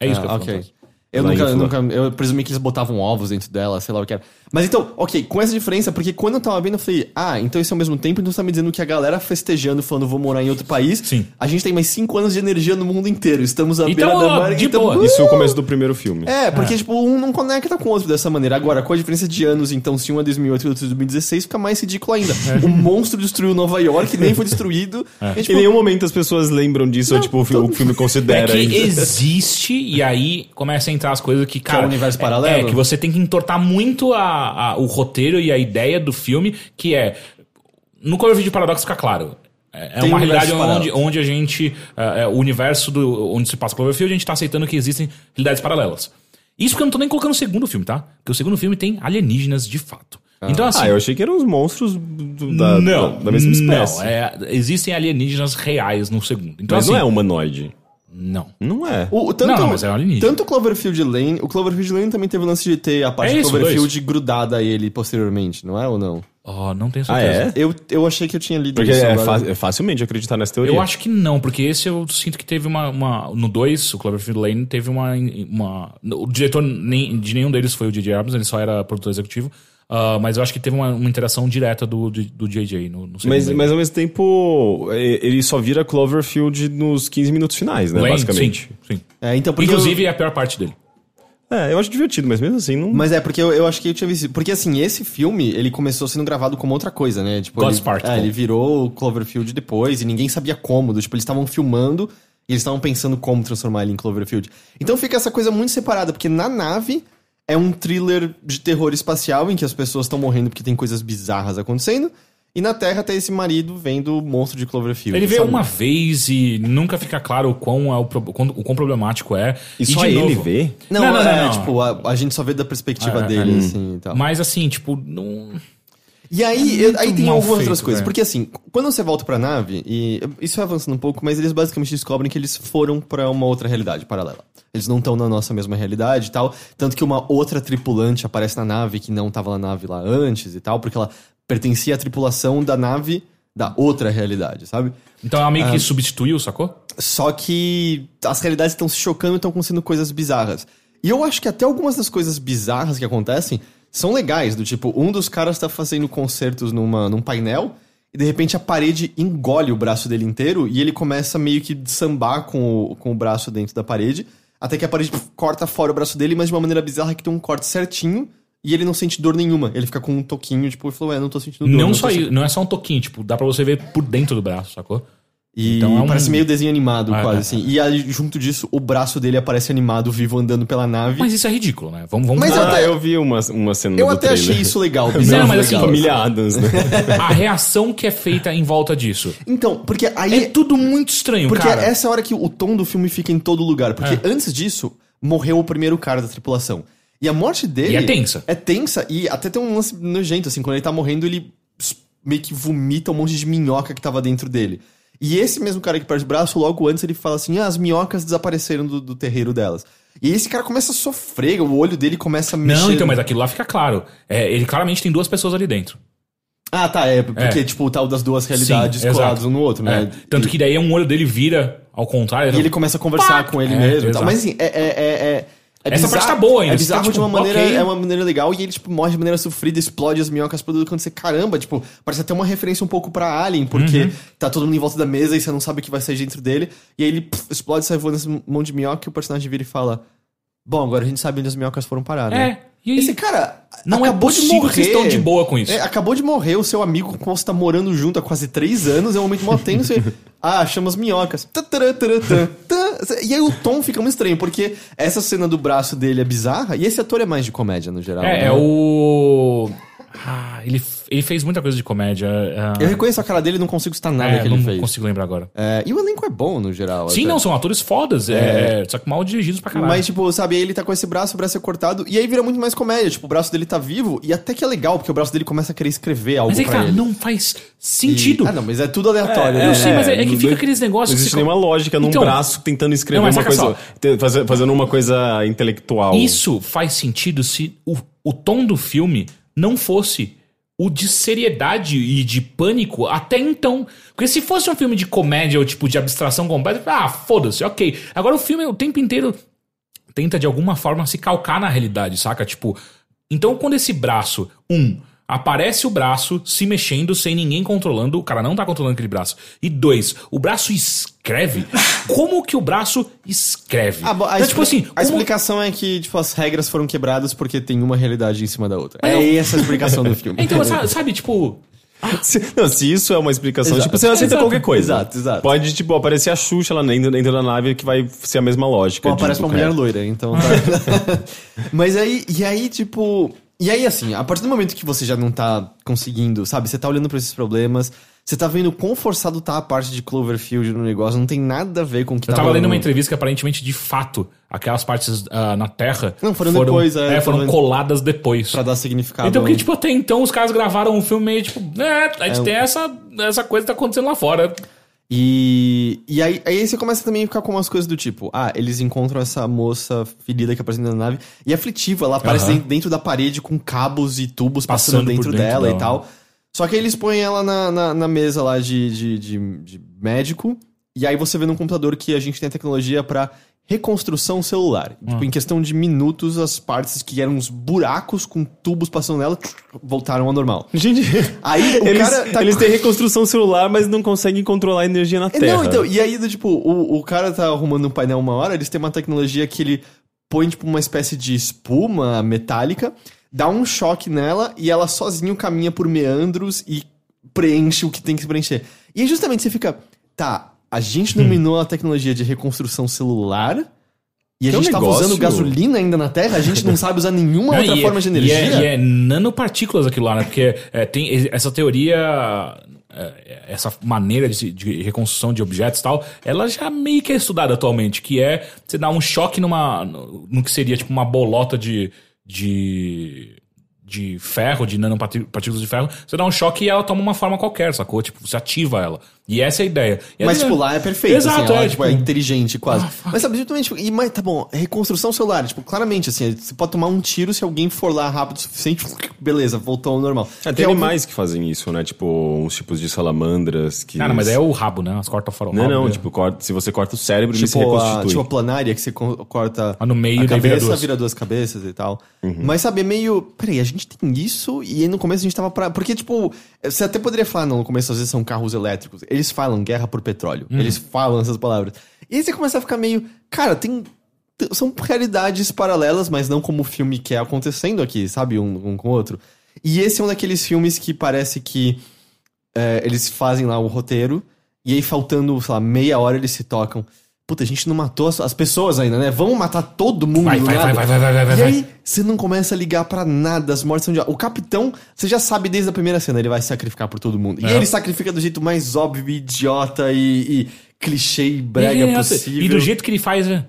É isso que eu Ah, tô ok. falando. Eu Lá em nunca, eu Ínfula. nunca. Eu presumi que eles botavam ovos dentro dela, sei lá o que era. Mas então, ok, com essa diferença, porque quando eu tava vendo, eu falei, ah, então esse é ao mesmo tempo, então você tá me dizendo que a galera festejando, falando, vou morar em outro país. Sim. A gente tem mais cinco anos de energia no mundo inteiro. Estamos à Então, beira da ó, mar, de então, boa. uh, Isso é o começo do primeiro filme. É, porque, tipo, um não conecta com o outro dessa maneira. Agora, com a diferença de anos, então, se um é 2008 e outro é 2016, fica mais ridículo <laughs> ainda. É. O monstro destruiu Nova York, nem foi destruído. É, tipo, Em nenhum momento as pessoas lembram disso, ou tipo, o fi- o filme É considera que isso. existe, e aí começa a entrar as coisas que, cara. é um universo paralelo? É, que você tem que entortar muito a, a- o roteiro e a ideia do filme, que é. No cover de Paradoxo fica claro. É é Tem uma um realidade universo onde, onde a gente. é, é, o universo do, onde se passa Cloverfield, a gente tá aceitando que existem realidades paralelas. Isso que eu não tô nem colocando o segundo filme, tá? Porque o segundo filme tem alienígenas de fato. Então, assim. Ah, eu achei que eram os monstros do- da, não, da, da mesma espécie. Não, é, existem alienígenas reais no segundo. Então, Mas assim, não é humanoide. Não. Não é. O, o- tanto, Não, mas é um alienígena. tanto o Cloverfield Lane. O Cloverfield Lane também teve o lance de ter a parte É do isso, Cloverfield grudada a ele posteriormente, não é ou <laughs> não? Oh, não tenho Ah, certeza. é? Eu, eu achei que eu tinha lido Porque isso é, agora. fa- é facilmente acreditar nessa teoria. Eu acho que não, porque esse eu sinto que teve uma. uma- no 2, o Cloverfield Lane teve uma. uma o diretor nem, de nenhum deles foi o J.J. Abrams, ele só era produtor executivo. ah, mas eu acho que teve uma, uma interação direta do, de- do J.J. no, no segundo Mas, Lane. mas ao mesmo tempo, e- ele só vira Cloverfield nos 15 minutos finais, né? Lane, basicamente. Sim, sim. É, então, porque eu- Inclusive, é a pior parte dele. É, eu acho divertido, mas mesmo assim não. Mas é, porque eu, eu acho que eu tinha visto. Porque assim, esse filme, ele começou sendo gravado como outra coisa, né? Tipo, God's ele, Part, é, pô. ele virou o Cloverfield depois e ninguém sabia como. do Tipo, eles estavam filmando e eles estavam pensando como transformar ele em Cloverfield. Então fica essa coisa muito separada, porque na nave é um thriller de terror espacial em que as pessoas estão morrendo porque tem coisas bizarras acontecendo. E na Terra tem esse marido vendo o monstro de Cloverfield. Ele vê sabe? uma vez e nunca fica claro o quão, é o, pro- quão- o quão problemático é. E só de ele novo- vê? Não, Não, não, é, não, não. tipo, a, a gente só vê da perspectiva Ah, é, dele, assim, e tal. Mas assim, tipo, não. E aí, É eu- muito aí tem mal algumas feito, outras coisas. velho. Porque assim, quando você volta pra nave, e isso é avançando um pouco, mas eles basicamente descobrem que eles foram pra uma outra realidade paralela. Eles não estão na nossa mesma realidade e tal. Tanto que uma outra tripulante aparece na nave que não tava na nave lá antes e tal, porque ela pertencia à tripulação da nave da outra realidade, sabe? Então ela meio Ah. que substituiu, sacou? Só que as realidades estão se chocando e estão acontecendo coisas bizarras. E eu acho que até algumas das coisas bizarras que acontecem são legais, do tipo, um dos caras tá fazendo concertos numa, num painel e de repente a parede engole o braço dele inteiro e ele começa meio que sambar com o, com o braço dentro da parede, até que a parede pf, corta fora o braço dele, mas de uma maneira bizarra que tem um corte certinho e ele não sente dor nenhuma. Ele fica com um toquinho, tipo, e falou, é, não tô sentindo dor. Não, tô só sentindo isso, não é só um toquinho, tipo, dá pra você ver por dentro do braço, sacou? E Então é um- parece meio desenho animado, Ah, quase, é. assim. E aí, junto disso, o braço dele aparece animado, vivo, andando pela nave. Mas isso é ridículo, né? Vamos, vamos Mas lá. eu Ah, até- eu vi uma, uma cena eu do até trailer. achei isso <laughs> legal. Não, bizarro, mas assim, legal. Família Adams, né? a reação que é feita em volta disso. Então, porque aí... É tudo muito estranho, porque cara. É. essa é a hora que o tom do filme fica em todo lugar. Porque antes disso, morreu o primeiro cara da tripulação. E a morte dele... E é tensa. É tensa. E até tem um lance nojento, assim. Quando ele tá morrendo, ele s- meio que vomita um monte de minhoca que tava dentro dele. E esse mesmo cara que perde o braço, logo antes ele fala assim, ah, as minhocas desapareceram do, do terreiro delas. E esse cara começa a sofrer, o olho dele começa a mexer. Não, então, mas aquilo lá fica claro. É, ele claramente tem duas pessoas ali dentro. Ah, tá, é, porque, É. tipo, o tal das duas realidades Sim, coladas exato. um no outro, É, né? Tanto que daí um olho dele vira ao contrário. E ele começa a conversar com ele É, mesmo e tal. exato. Mas assim, é. é, é, é- é Essa parte tá boa ainda, É você bizarro tá, tipo, de uma maneira. ok. É uma maneira legal. E ele, tipo, morre de maneira sofrida, explode as minhocas pra tudo quando você. Caramba, tipo, parece até uma referência um pouco pra Alien, porque Uhum. tá todo mundo em volta da mesa e você não sabe o que vai sair de dentro dele. E aí ele pff, explode, sai voando esse monte de minhoca e o personagem vira e fala. Bom, agora a gente sabe onde as minhocas foram parar, né? É, e aí? Esse cara. Não é acabou de possível que morrer. vocês estão de boa com isso. É, acabou de morrer o seu amigo com o qual você tá morando junto há quase três anos, é um momento mó tenso. e- <laughs> ah, chama as minhocas. Tá, tará, tará, tá, tá. E aí o tom fica muito estranho, porque essa cena do braço dele é bizarra, e esse ator é mais de comédia no geral. É, né? é o. Ah, ele, ele fez muita coisa de comédia. ah, Eu reconheço a cara dele e não consigo citar nada é, que eu ele não fez. consigo lembrar agora. É, e o elenco é bom no geral. Sim, até. não, são atores fodas, é, é, só que mal dirigidos pra caralho. Mas, tipo, sabe, aí ele tá com esse braço, o braço é cortado, e aí vira muito mais comédia. Tipo, o braço dele tá vivo, e até que é legal, porque o braço dele começa a querer escrever algo Mas é que pra tá, ele. não faz sentido. Ah, não, mas é tudo aleatório. Eu né? sei, mas é, é não- que fica aqueles negócios. Não que existe você- nenhuma lógica num Então, braço tentando escrever Não, mas uma saca coisa. te- faze- Fazendo uma coisa intelectual. Isso faz sentido se o, o tom do filme não fosse o de seriedade e de pânico até então. Porque se fosse um filme de comédia ou tipo de abstração completa, ah, foda-se, ok. Agora o filme o tempo inteiro tenta de alguma forma se calcar na realidade, saca? Tipo, então quando esse braço, um, aparece o braço se mexendo sem ninguém controlando, o cara não tá controlando aquele braço. E dois, o braço <laughs> escreve. Como que o braço escreve? A, bo- Ah, a Então, expli- a como- explicação é que, tipo, as regras foram quebradas porque tem uma realidade em cima da outra. É essa a explicação do filme. Então, sa- sabe, tipo, <laughs> Se, não, se isso é uma explicação, Exato. tipo, você aceita Exato. qualquer coisa. <laughs> Exato, exato. Pode, tipo, aparecer a Xuxa lá dentro, dentro da nave que vai ser a mesma lógica. tipo, é. Bom, de- parece do tipo, uma mulher cara. loira, então. tá. Ah. <laughs> Mas aí, e aí, tipo. E aí, assim, a partir do momento que você já não tá conseguindo, sabe? Você tá olhando pra esses problemas, você tá vendo quão forçado tá a parte de Cloverfield no negócio, não tem nada a ver com o que eu tá tava lendo uma rolando. entrevista que aparentemente, de fato, aquelas partes ah, na Terra Não, foram depois, é, é, foram foram- coladas depois. Pra dar significado. Então, porque, tipo, até então os caras gravaram um filme meio, tipo, é, a gente tem essa, essa coisa que tá acontecendo lá fora. E, e aí, aí você começa também a ficar com umas coisas do tipo: ah, eles encontram essa moça ferida que aparece dentro da nave, e é aflitivo, ela aparece Aham. dentro- dentro da parede com cabos e tubos Passando passando, por dentro, dentro dela, dela. e tal. Só que aí eles põem ela na, na, na mesa lá de, de, de- de médico, e aí você vê num computador que a gente tem a tecnologia pra reconstrução celular. Tipo, em questão de minutos, as partes que eram uns buracos com tubos passando nela voltaram ao normal. Gente, Aí o eles, cara tá eles têm reconstrução celular, mas não conseguem controlar a energia na É, Terra. Não, então, e aí, do tipo, o, o cara tá arrumando um painel uma hora, eles têm uma tecnologia que ele põe, tipo, uma espécie de espuma metálica, dá um choque nela e ela sozinho caminha por meandros e preenche o que tem que se preencher. E aí, justamente, você fica, tá, a gente Hum. dominou a tecnologia de reconstrução celular e é a Tem um gente tava negócio- usando gasolina ainda na Terra, a gente não sabe usar nenhuma Não, outra e é- forma de e é- energia. E é, nanopartículas aquilo lá, né? Porque é, tem essa teoria, é, essa maneira de, se- de reconstrução de objetos e tal, ela já meio que é estudada atualmente, que é você dar um choque numa. no no que seria tipo uma bolota de. de de ferro, de nanopartículas de ferro, você dá um choque e ela toma uma forma qualquer, sacou? Tipo, você ativa ela. E essa é a ideia. E Mas, ela- tipo, lá é perfeito. Exato, assim, ela, é, tipo, é tipo- inteligente quase. mas, sabe, justamente, tipo, e, mas tá bom, reconstrução celular, tipo, claramente, assim, você pode tomar um tiro se alguém for lá rápido o suficiente, <laughs> beleza, voltou ao normal. É, Que tem é óbvio- animais que fazem isso, né? Tipo, uns tipos de salamandras que. Ah, não, mas aí é o rabo, né? As cortas fora o Não, rabo, não, né? tipo, corta- se você corta o cérebro, ele se Tipo a, reconstitui. tipo a planária que você co- corta Ah, no meio a daí cabeça, vira vira duas. duas. cabeças e tal. Mas sabe, é meio. Peraí, a gente tem isso e aí no começo a gente tava pra. Porque, tipo, você até poderia falar, não, no começo às vezes são carros elétricos. Eles falam guerra por petróleo. Eles falam essas palavras. E aí você começa a ficar meio. Cara, tem. t- São realidades paralelas, mas não como o filme que é acontecendo aqui, sabe? Um, um com o outro. E esse é um daqueles filmes que parece que é, eles fazem lá o roteiro, e aí faltando, sei lá, meia hora eles se tocam. Puta, a gente não matou as, as pessoas ainda, né? Vamos matar todo mundo. Vai, do vai, nada." vai, vai, vai, vai, vai, E vai. aí, você não começa a ligar pra nada, as mortes são de. O capitão, você já sabe desde a primeira cena, ele vai se sacrificar por todo mundo. E É. ele sacrifica do jeito mais óbvio, e idiota e, e clichê e brega e, possível. é E do jeito que ele faz, velho.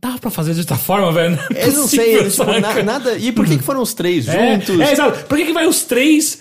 Dá pra fazer de outra forma, velho? é Eu não sei, eles, tipo, possível, na- saca? nada. E por que, que foram os três É, juntos? é, exato. Por que, que vai os três?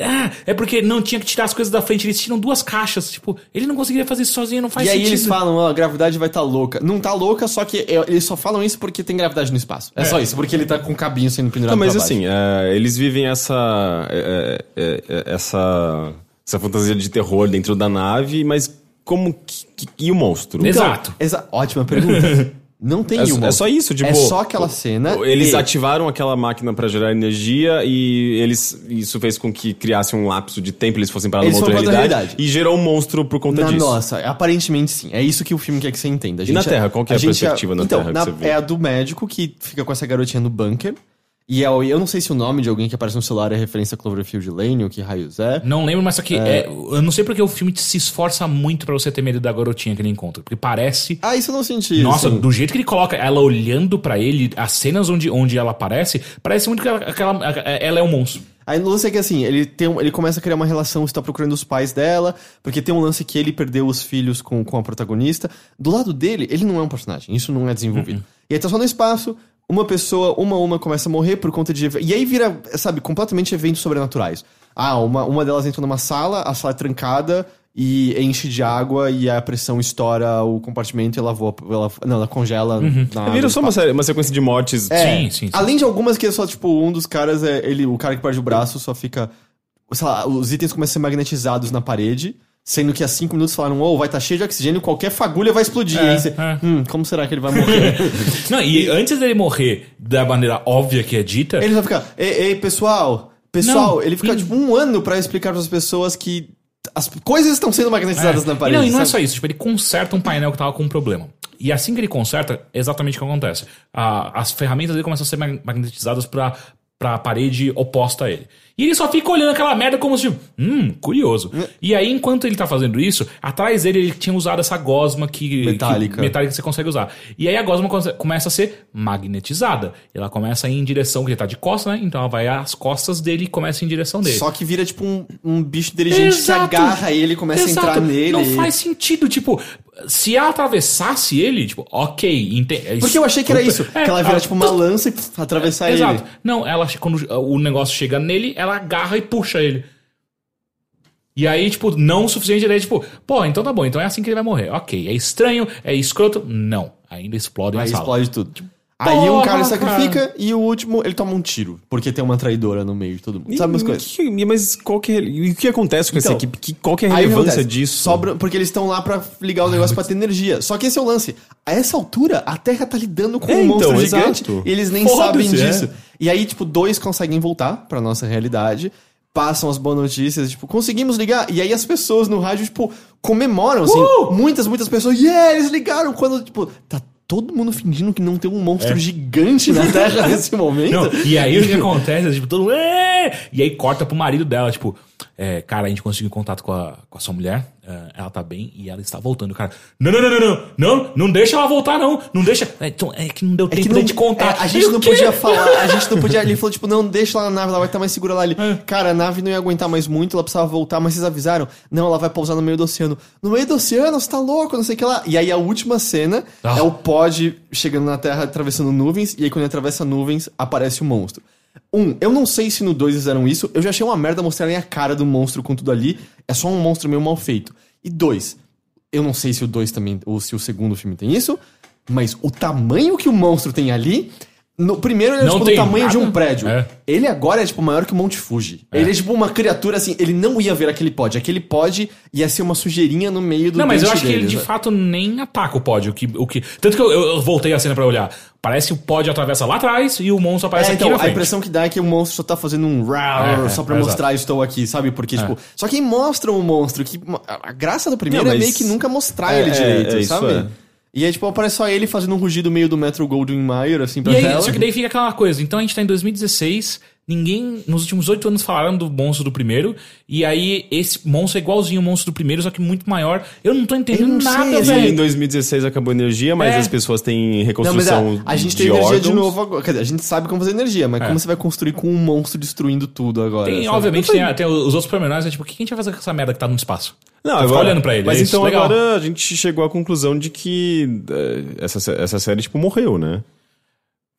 Ah, é porque não tinha que tirar as coisas da frente. Eles tiram duas caixas. Tipo, ele não conseguiria fazer isso sozinho, não faz e aí sentido. eles falam, ó, a gravidade vai estar louca. Não tá louca, só que é, eles só falam isso porque tem gravidade no espaço. É, só isso, porque ele tá com o cabinho sendo pendurado Não, mas pra baixo. assim, é, eles vivem essa, é, é, é, é, essa essa fantasia de terror dentro da nave, mas como que, que- e o "Então, monstro? Exato. Exa- ótima <laughs> pergunta. Não tem É, uma. é só isso, tipo. É só aquela cena. Então, Eles e- ativaram aquela máquina pra gerar energia e eles isso fez com que criasse um lapso de tempo, eles fossem para uma Eles outra foram pra outra realidade, realidade. e gerou um monstro por conta Na disso. nossa, aparentemente sim. É isso que o filme quer que você entenda. A na gente- Terra? Qual que é a gente- perspectiva na então, Terra que você vê? É a do médico que fica com essa garotinha no bunker. E é o- eu não sei se o nome de alguém que aparece no celular é referência a Cloverfield Lane ou que raios é. Não lembro, mas só que. é, eu não sei porque o filme se esforça muito pra você ter medo da garotinha que ele encontra. Porque parece Ah, isso eu não senti. Nossa, assim. do jeito que ele coloca ela olhando pra ele, as cenas onde, onde ela aparece, parece muito que ela, aquela- ela é um monstro. Aí no lance é que assim, ele, tem um- ele começa a criar uma relação, está procurando os pais dela, porque tem um lance que ele perdeu os filhos com, com a protagonista. Do lado dele, ele não é um personagem, isso não é desenvolvido. Uhum. E aí tá só no espaço, uma pessoa, uma a uma, começa a morrer por conta de. E aí vira, sabe, completamente eventos sobrenaturais. Ah, uma, uma delas entra numa sala, a sala é trancada e enche de água e a pressão estoura o compartimento e ela voa. Ela, não, ela congela na água Uhum. Vira do só uma, série- uma sequência de mortes. É. Sim, sim, sim. Além de algumas que é só, tipo, um dos caras, é ele, o cara que perde o braço só fica. Sei lá, os itens começam a ser magnetizados na parede. Sendo que há cinco minutos falaram, ou vai estar cheio de oxigênio, qualquer fagulha vai explodir. É, Aí você, é. hum, como será que ele <laughs> vai morrer? Não, e antes dele morrer da maneira óbvia que é dita, ele vai ficar, ei, ei, pessoal, pessoal, Não, ele fica e- tipo um ano pra explicar pras pessoas que as coisas estão sendo magnetizadas É. na E parede. Não, e não é sabe? só isso. Tipo, ele conserta um painel que tava com um problema. E assim que ele conserta, é exatamente o que acontece. A- as ferramentas dele começam a ser mag- magnetizadas pra, pra parede oposta a ele. E ele só fica olhando aquela merda como se, tipo, hum, curioso. É. E aí, enquanto ele tá fazendo isso, atrás dele ele tinha usado essa gosma que. Metálica. que- metálica que você consegue usar. E aí a gosma come- começa a ser magnetizada. Ela começa a ir em direção, que ele tá de costas, né? Então ela vai às costas dele e coça em direção dele. Só que vira tipo um, um bicho inteligente Exato. que agarra ele, começa Exato. a entrar nele. Não faz sentido, tipo, se ela atravessasse ele, tipo, ok, ente... Porque eu achei que era isso. É, que ela vira ah, tipo uma lança e pff, atravessar Exato. ele. Não, ela quando o negócio chega nele, ela agarra e puxa ele. E aí, tipo, não o suficiente, ele é tipo, pô, então tá bom, então é assim que ele vai morrer. Ok, é estranho, é escroto. Não, ainda explode a Aí sala. explode tudo. Aí um Tipo, porra, cara cara. sacrifica e o último ele toma um tiro. Porque tem uma traidora no meio de todo mundo. Sabe umas coisas? Que- mas qual que é- e o que acontece com essa Então, equipe? Que, qual que é a Aí o que relevância acontece? disso? Sobra, porque eles estão lá pra ligar o negócio pra ter energia. Só que esse é o lance. A essa altura, a Terra tá lidando com É, um monstro então, gigante exato. e eles nem Foda-se, sabem é. disso. E aí, tipo, dois conseguem voltar pra nossa realidade, passam as boas notícias, tipo, conseguimos ligar. E aí as pessoas no rádio, tipo, comemoram, assim, Uh! muitas, muitas pessoas. Yeah, eles ligaram quando, tipo, tá todo mundo fingindo que não tem um É. monstro gigante <laughs> na Terra nesse momento. Não, e aí <laughs> o que acontece? é, Tipo, todo mundo. "É!" E aí corta pro marido dela, tipo, é, cara, a gente conseguiu contato com a, com a sua mulher, é, ela tá bem e ela está voltando. O cara, não, não, não, não, não, não, não deixa ela voltar, não, não deixa. É, então, é que não deu É tempo que não, de contar. é, a gente Eu, não "Quê?" podia falar, a gente não <laughs> podia. Ele falou, tipo, não, deixa lá na nave, ela vai estar mais segura lá. Ele, É. cara, a nave não ia aguentar mais muito, ela precisava voltar, mas vocês avisaram? Não, ela vai pousar no meio do oceano. No meio do oceano, você tá louco, não sei o que lá. E aí a última cena Ah. é o pod chegando na Terra, atravessando nuvens, e aí quando ele atravessa nuvens, aparece o monstro. Um, eu não sei se no 2 eles fizeram isso, eu já achei uma merda mostrarem a cara do monstro com tudo ali, é só um monstro meio mal feito. E dois, eu não sei se o 2 também, ou se o segundo filme tem isso, mas o tamanho que o monstro tem ali. No primeiro ele é Não tipo, do tem tamanho de nada. um prédio. É. Ele agora é tipo maior que o Monte Fuji. Ele é tipo uma criatura assim, ele não ia ver aquele pod. Aquele pod ia ser uma sujeirinha no meio do Não, mas eu dente acho que ele deles, de né? fato nem ataca o pódio. O que, o que... Tanto que eu, eu- eu voltei a cena pra olhar. Parece que o pódio atravessa lá atrás e o monstro aparece É, aqui na então, a frente. impressão que dá é que o monstro só tá fazendo um rar É, é, só pra é, mostrar estou aqui, sabe? É. Porque, tipo, só que mostram o monstro, que a a graça do primeiro Não, é mas- meio que nunca mostrar É, ele é, direito, é, isso sabe? é. E aí, tipo, aparece só ele fazendo um rugido meio do Metro Goldwyn Mayer, assim, pra E aí, tela. só que daí fica aquela coisa. Então a gente tá em 2016, ninguém. Nos últimos oito anos falaram do monstro do primeiro. E aí, esse monstro é igualzinho o monstro do primeiro, só que muito maior. Eu não tô entendendo Eu não sei, nada, assim, E em velho. 2016 acabou a energia, mas É. as pessoas têm Não, mas a, reconstrução a gente de tem energia de órgãos. É. novo agora. Quer dizer, a gente sabe como fazer energia, mas como você vai construir com um monstro destruindo tudo agora? Tem, sabe? obviamente, tem, a- tem os outros pormenores, é tipo, o que a gente vai fazer com essa merda que tá no espaço? Não, Vai ficar olhando pra ele. Mas é isso, então legal. agora a gente chegou à conclusão de que eh, essa, sé- essa série, tipo, morreu, né?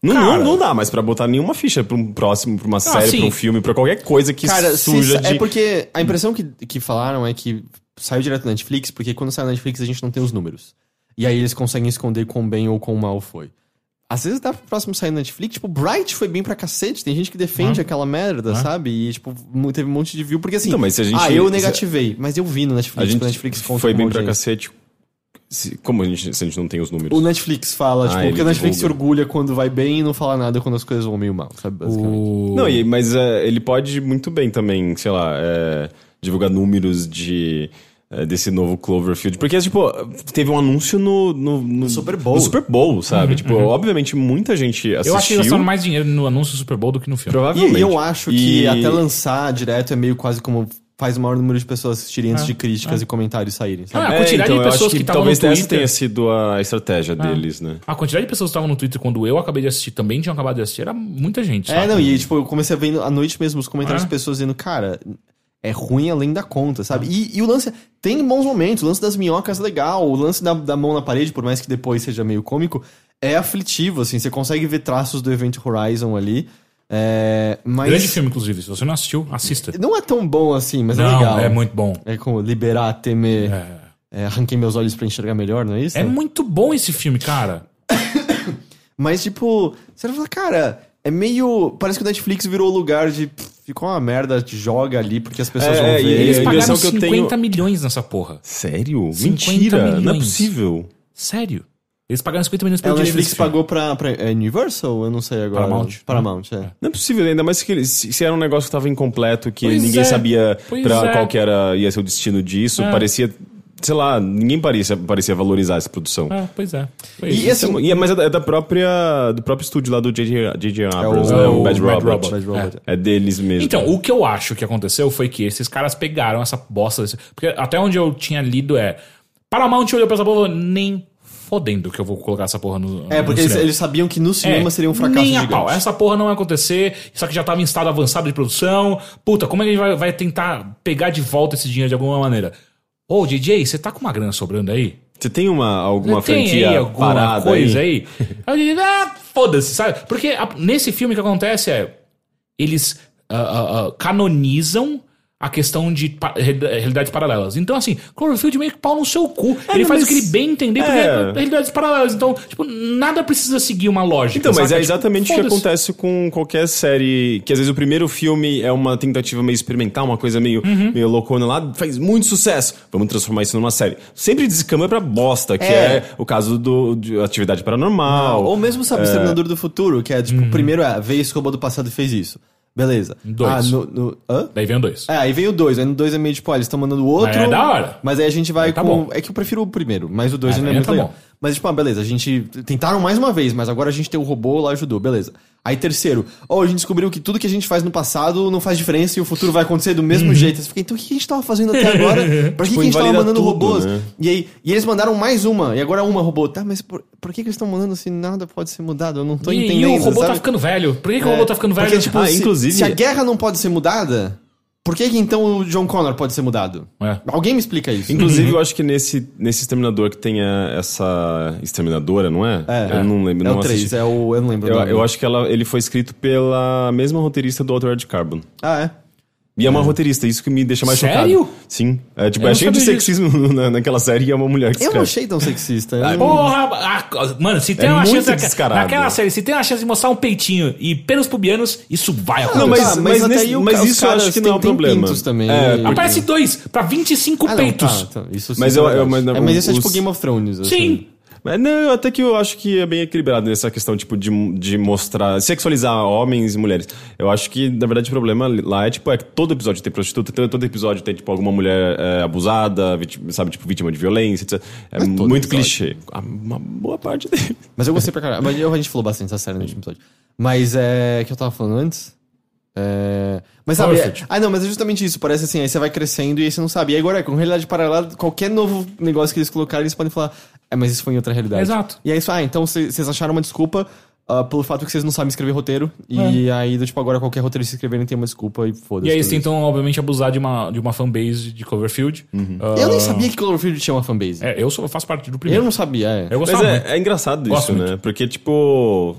Não, Cara. não, não dá mais pra botar nenhuma ficha pra um próximo, pra uma série, Ah, sim. pra um filme, pra qualquer coisa que Cara, se suja sa- de... é porque a impressão que, que falaram é que saiu direto da Netflix, porque quando sai na Netflix a gente não tem os números. E aí eles conseguem esconder quão bem ou quão mal foi. Às vezes dá pro próximo sair na Netflix, tipo, Bright foi bem pra cacete, tem gente que defende aquela merda, sabe? E, tipo, mu- teve um monte de view, porque assim, Então, mas se a gente- ah, eu se- negativei, mas eu vi no A Netflix, gente porque o Netflix conta um foi com bem uma pra audiência. cacete. Se- como a gente, se a gente não tem os números? O Netflix fala, Ah, tipo, ele porque o Netflix se divulga. orgulha quando vai bem e não fala nada quando as coisas vão meio mal, sabe? Basicamente. O- Não, e- mas eh, ele pode muito bem também, sei lá, eh, divulgar números de eh, desse novo Cloverfield. Porque, tipo, teve um anúncio no, no, no- Super Bowl. no Super Bowl, sabe? tipo, obviamente muita gente assistiu. Uhum, eu acho que gastaram mais dinheiro no anúncio do Super Bowl do que no filme. Provavelmente. E eu acho que E- até lançar direto é meio quase como faz o maior número de pessoas assistirem antes É, de críticas e comentários saírem, sabe? Ah, a É, quantidade então, eu de acho pessoas que estavam no talvez Twitter. Ah. essa tenha sido a estratégia deles, né? A quantidade de pessoas que estavam no Twitter quando eu acabei de assistir também tinham acabado de assistir, era muita gente. É, sabe? não, e tipo, eu comecei a ver à noite mesmo os comentários É. de pessoas dizendo, cara, é ruim além da conta, sabe? E, e o lance, tem bons momentos, o lance das minhocas é legal, o lance da, da mão na parede, por mais que depois seja meio cômico, é aflitivo, assim, você consegue ver traços do Event Horizon ali, é, mas... Grande filme, inclusive. Se você não assistiu, assista. Não é tão bom assim, mas é não, legal. é muito bom. É como liberar, temer, É. é, arranquei meus olhos pra enxergar melhor, não é isso? É muito bom esse filme, cara. Mas, tipo, você vai falar, cara, é meio. Parece que o Netflix virou o lugar de. pff, ficou uma merda, te joga ali porque as pessoas É, vão é, ver. e Eles a pagaram impressão que eu 50 tenho- milhões nessa porra. Sério? 50 Mentira, não é milhões. possível. Sério. Eles pagaram 50 milhões É, pelo o direito Netflix desse filme. pagou pra, pra é Universal? Eu não sei agora. Paramount. Paramount, é. Não é possível, ainda mais que ele- se, se era um negócio que estava incompleto, que Pois ninguém é, sabia pois pra é. qual que era, ia ser o destino disso. É. Parecia, sei lá, ninguém parecia, parecia valorizar essa produção. Ah, pois é. Foi E isso. esse- assim- E é- mas é da, é da própria, do próprio estúdio lá do J.J. J.J. Abrams, o- né? é O, o Bad, Bad Robot. Robot. Bad Robot. É deles mesmo. Então, o que eu acho que aconteceu foi que esses caras pegaram essa bosta. desse- Porque até onde eu tinha lido é. Paramount olhou pra essa porra e falou, nem fodendo que eu vou colocar essa porra no. É, porque no eles, cinema." eles sabiam que no cinema É, seria um fracasso Nem a gigante. pau. é Essa porra não vai acontecer. Só que já tava em estado avançado de produção. Puta, como é que a gente vai, vai tentar pegar de volta esse dinheiro de alguma maneira? Ô, DJ, você tá com uma grana sobrando aí? Você tem uma, alguma tem franquia aí alguma parada coisa aí? <laughs> aí? Aí eu digo, ah, foda-se, sabe? Porque a- nesse filme o que acontece é. Eles ah, ah, ah, canonizam a questão de pa- re- realidades paralelas. Então, assim, Cloverfield meio que pau no seu cu. ele não, faz mas- o que ele bem entender, porque É. é realidades paralelas. Então, tipo, nada precisa seguir uma lógica. Então, mas saca? é Tipo, exatamente o que foda-se. acontece com qualquer série. Que às vezes o primeiro filme é uma tentativa meio experimental, uma coisa meio, Uhum. meio loucona lá, faz muito sucesso. Vamos transformar isso numa série. Sempre descamba pra bosta, que é, É. o caso do de atividade paranormal. Ou mesmo, sabe, o Exterminador do Futuro, que é tipo, o primeiro é, veio esse robô do passado e fez isso. Beleza. Uhum. Dois. Ah, no, no- hã? Daí vem o dois. É, aí vem o dois, aí no dois é meio tipo, ó, eles estão mandando o outro. Mas é da hora. Mas aí a gente vai Tá com. bom. É que eu prefiro o primeiro, mas o dois É, ainda é aí muito tá legal. bom. Mas tipo, ah, beleza, a gente. Tentaram mais uma vez, mas agora a gente tem o robô lá ajudou, beleza. Aí terceiro, ó, a gente descobriu que tudo que a gente faz no passado não faz diferença e o futuro vai acontecer do mesmo Uhum. jeito. Você fica, então o que a gente tava fazendo até agora? <laughs> Pra que, Tipo, que a gente tava invalida mandando tudo, robôs? né? E aí, e eles mandaram mais uma, e agora uma robô. Tá, mas por, por que, que eles estão mandando se nada pode ser mudado? Eu não tô E, entendendo. e o robô sabe? tá ficando velho. Por que, que o robô tá ficando velho? Porque, tipo, Ah, se, inclusive- se a guerra não pode ser mudada, por que, que então o John Connor pode ser mudado? É. Alguém me explica isso. <laughs> Inclusive, eu acho que nesse, nesse Exterminador que tem a- essa Exterminadora, não é? É. eu não lembro. é não o 3, assisti. é o. Eu não lembro. o Eu, nome. eu acho que ela, ele foi escrito pela mesma roteirista do Altered Carbon. Ah, é. E é uma roteirista, isso que me deixa mais Sério? chocado. Sim. É, tipo, Eu é não cheio de sabia disso. sexismo <laughs> na, naquela série e é uma mulher que Eu escreve. Ah, não achei tão sexista. eu não- Porra, a- mano, se tem É uma muito chance naquela, descarado. naquela série, se tem uma chance de mostrar um peitinho e pelos pubianos, isso vai acontecer. Não, mas, Tá, mas, mas até nesse- aí o mas ca- os isso eu acho caras que não é o têm- têm problema. pintos também, É, né? porque- Aparece dois pra 25 Ah, não, peitos. tá, tá, isso sim Mas é eu- eu- verdade. mas É, não, mas isso é os- tipo Game of Thrones. assim. Sim. Mas não, eu até que eu acho que é bem equilibrado nessa questão, tipo, de, de mostrar, sexualizar homens e mulheres. Eu acho que, na verdade, o problema lá é, tipo, é que todo episódio tem prostituta, todo todo episódio tem, tipo, alguma mulher é, abusada, vítima- sabe, tipo, vítima de violência, etc. É todo muito episódio. clichê. Ah, Uma boa parte dele. Mas eu gostei pra caralho. Mas eu- a gente falou bastante dessa série no último episódio. Mas é. O que eu tava falando antes? É... Mas sabe. é- Perfect. Ah, não, mas é justamente isso. Parece assim, aí você vai crescendo e aí você não sabe. E agora, com realidade paralela, qualquer novo negócio que eles colocarem, eles podem falar. É, mas isso foi em outra realidade. Exato. E aí, isso, ah, então cê- vocês acharam uma desculpa ah, pelo fato que vocês não sabem escrever roteiro. E aí, do tipo, agora qualquer roteiro se escreverem tem uma desculpa e foda-se. É. E aí eles tudo isso. tentam, obviamente, abusar de uma, de uma fanbase de Cloverfield. Ah, Uhum. Eu nem sabia que Cloverfield tinha uma fanbase. é, um eu sou, eu faço parte do Eu primeiro. não sabia, é. Eu Mas gostava muito. é, é engraçado Gosto isso, muito. né? Porque, tipo,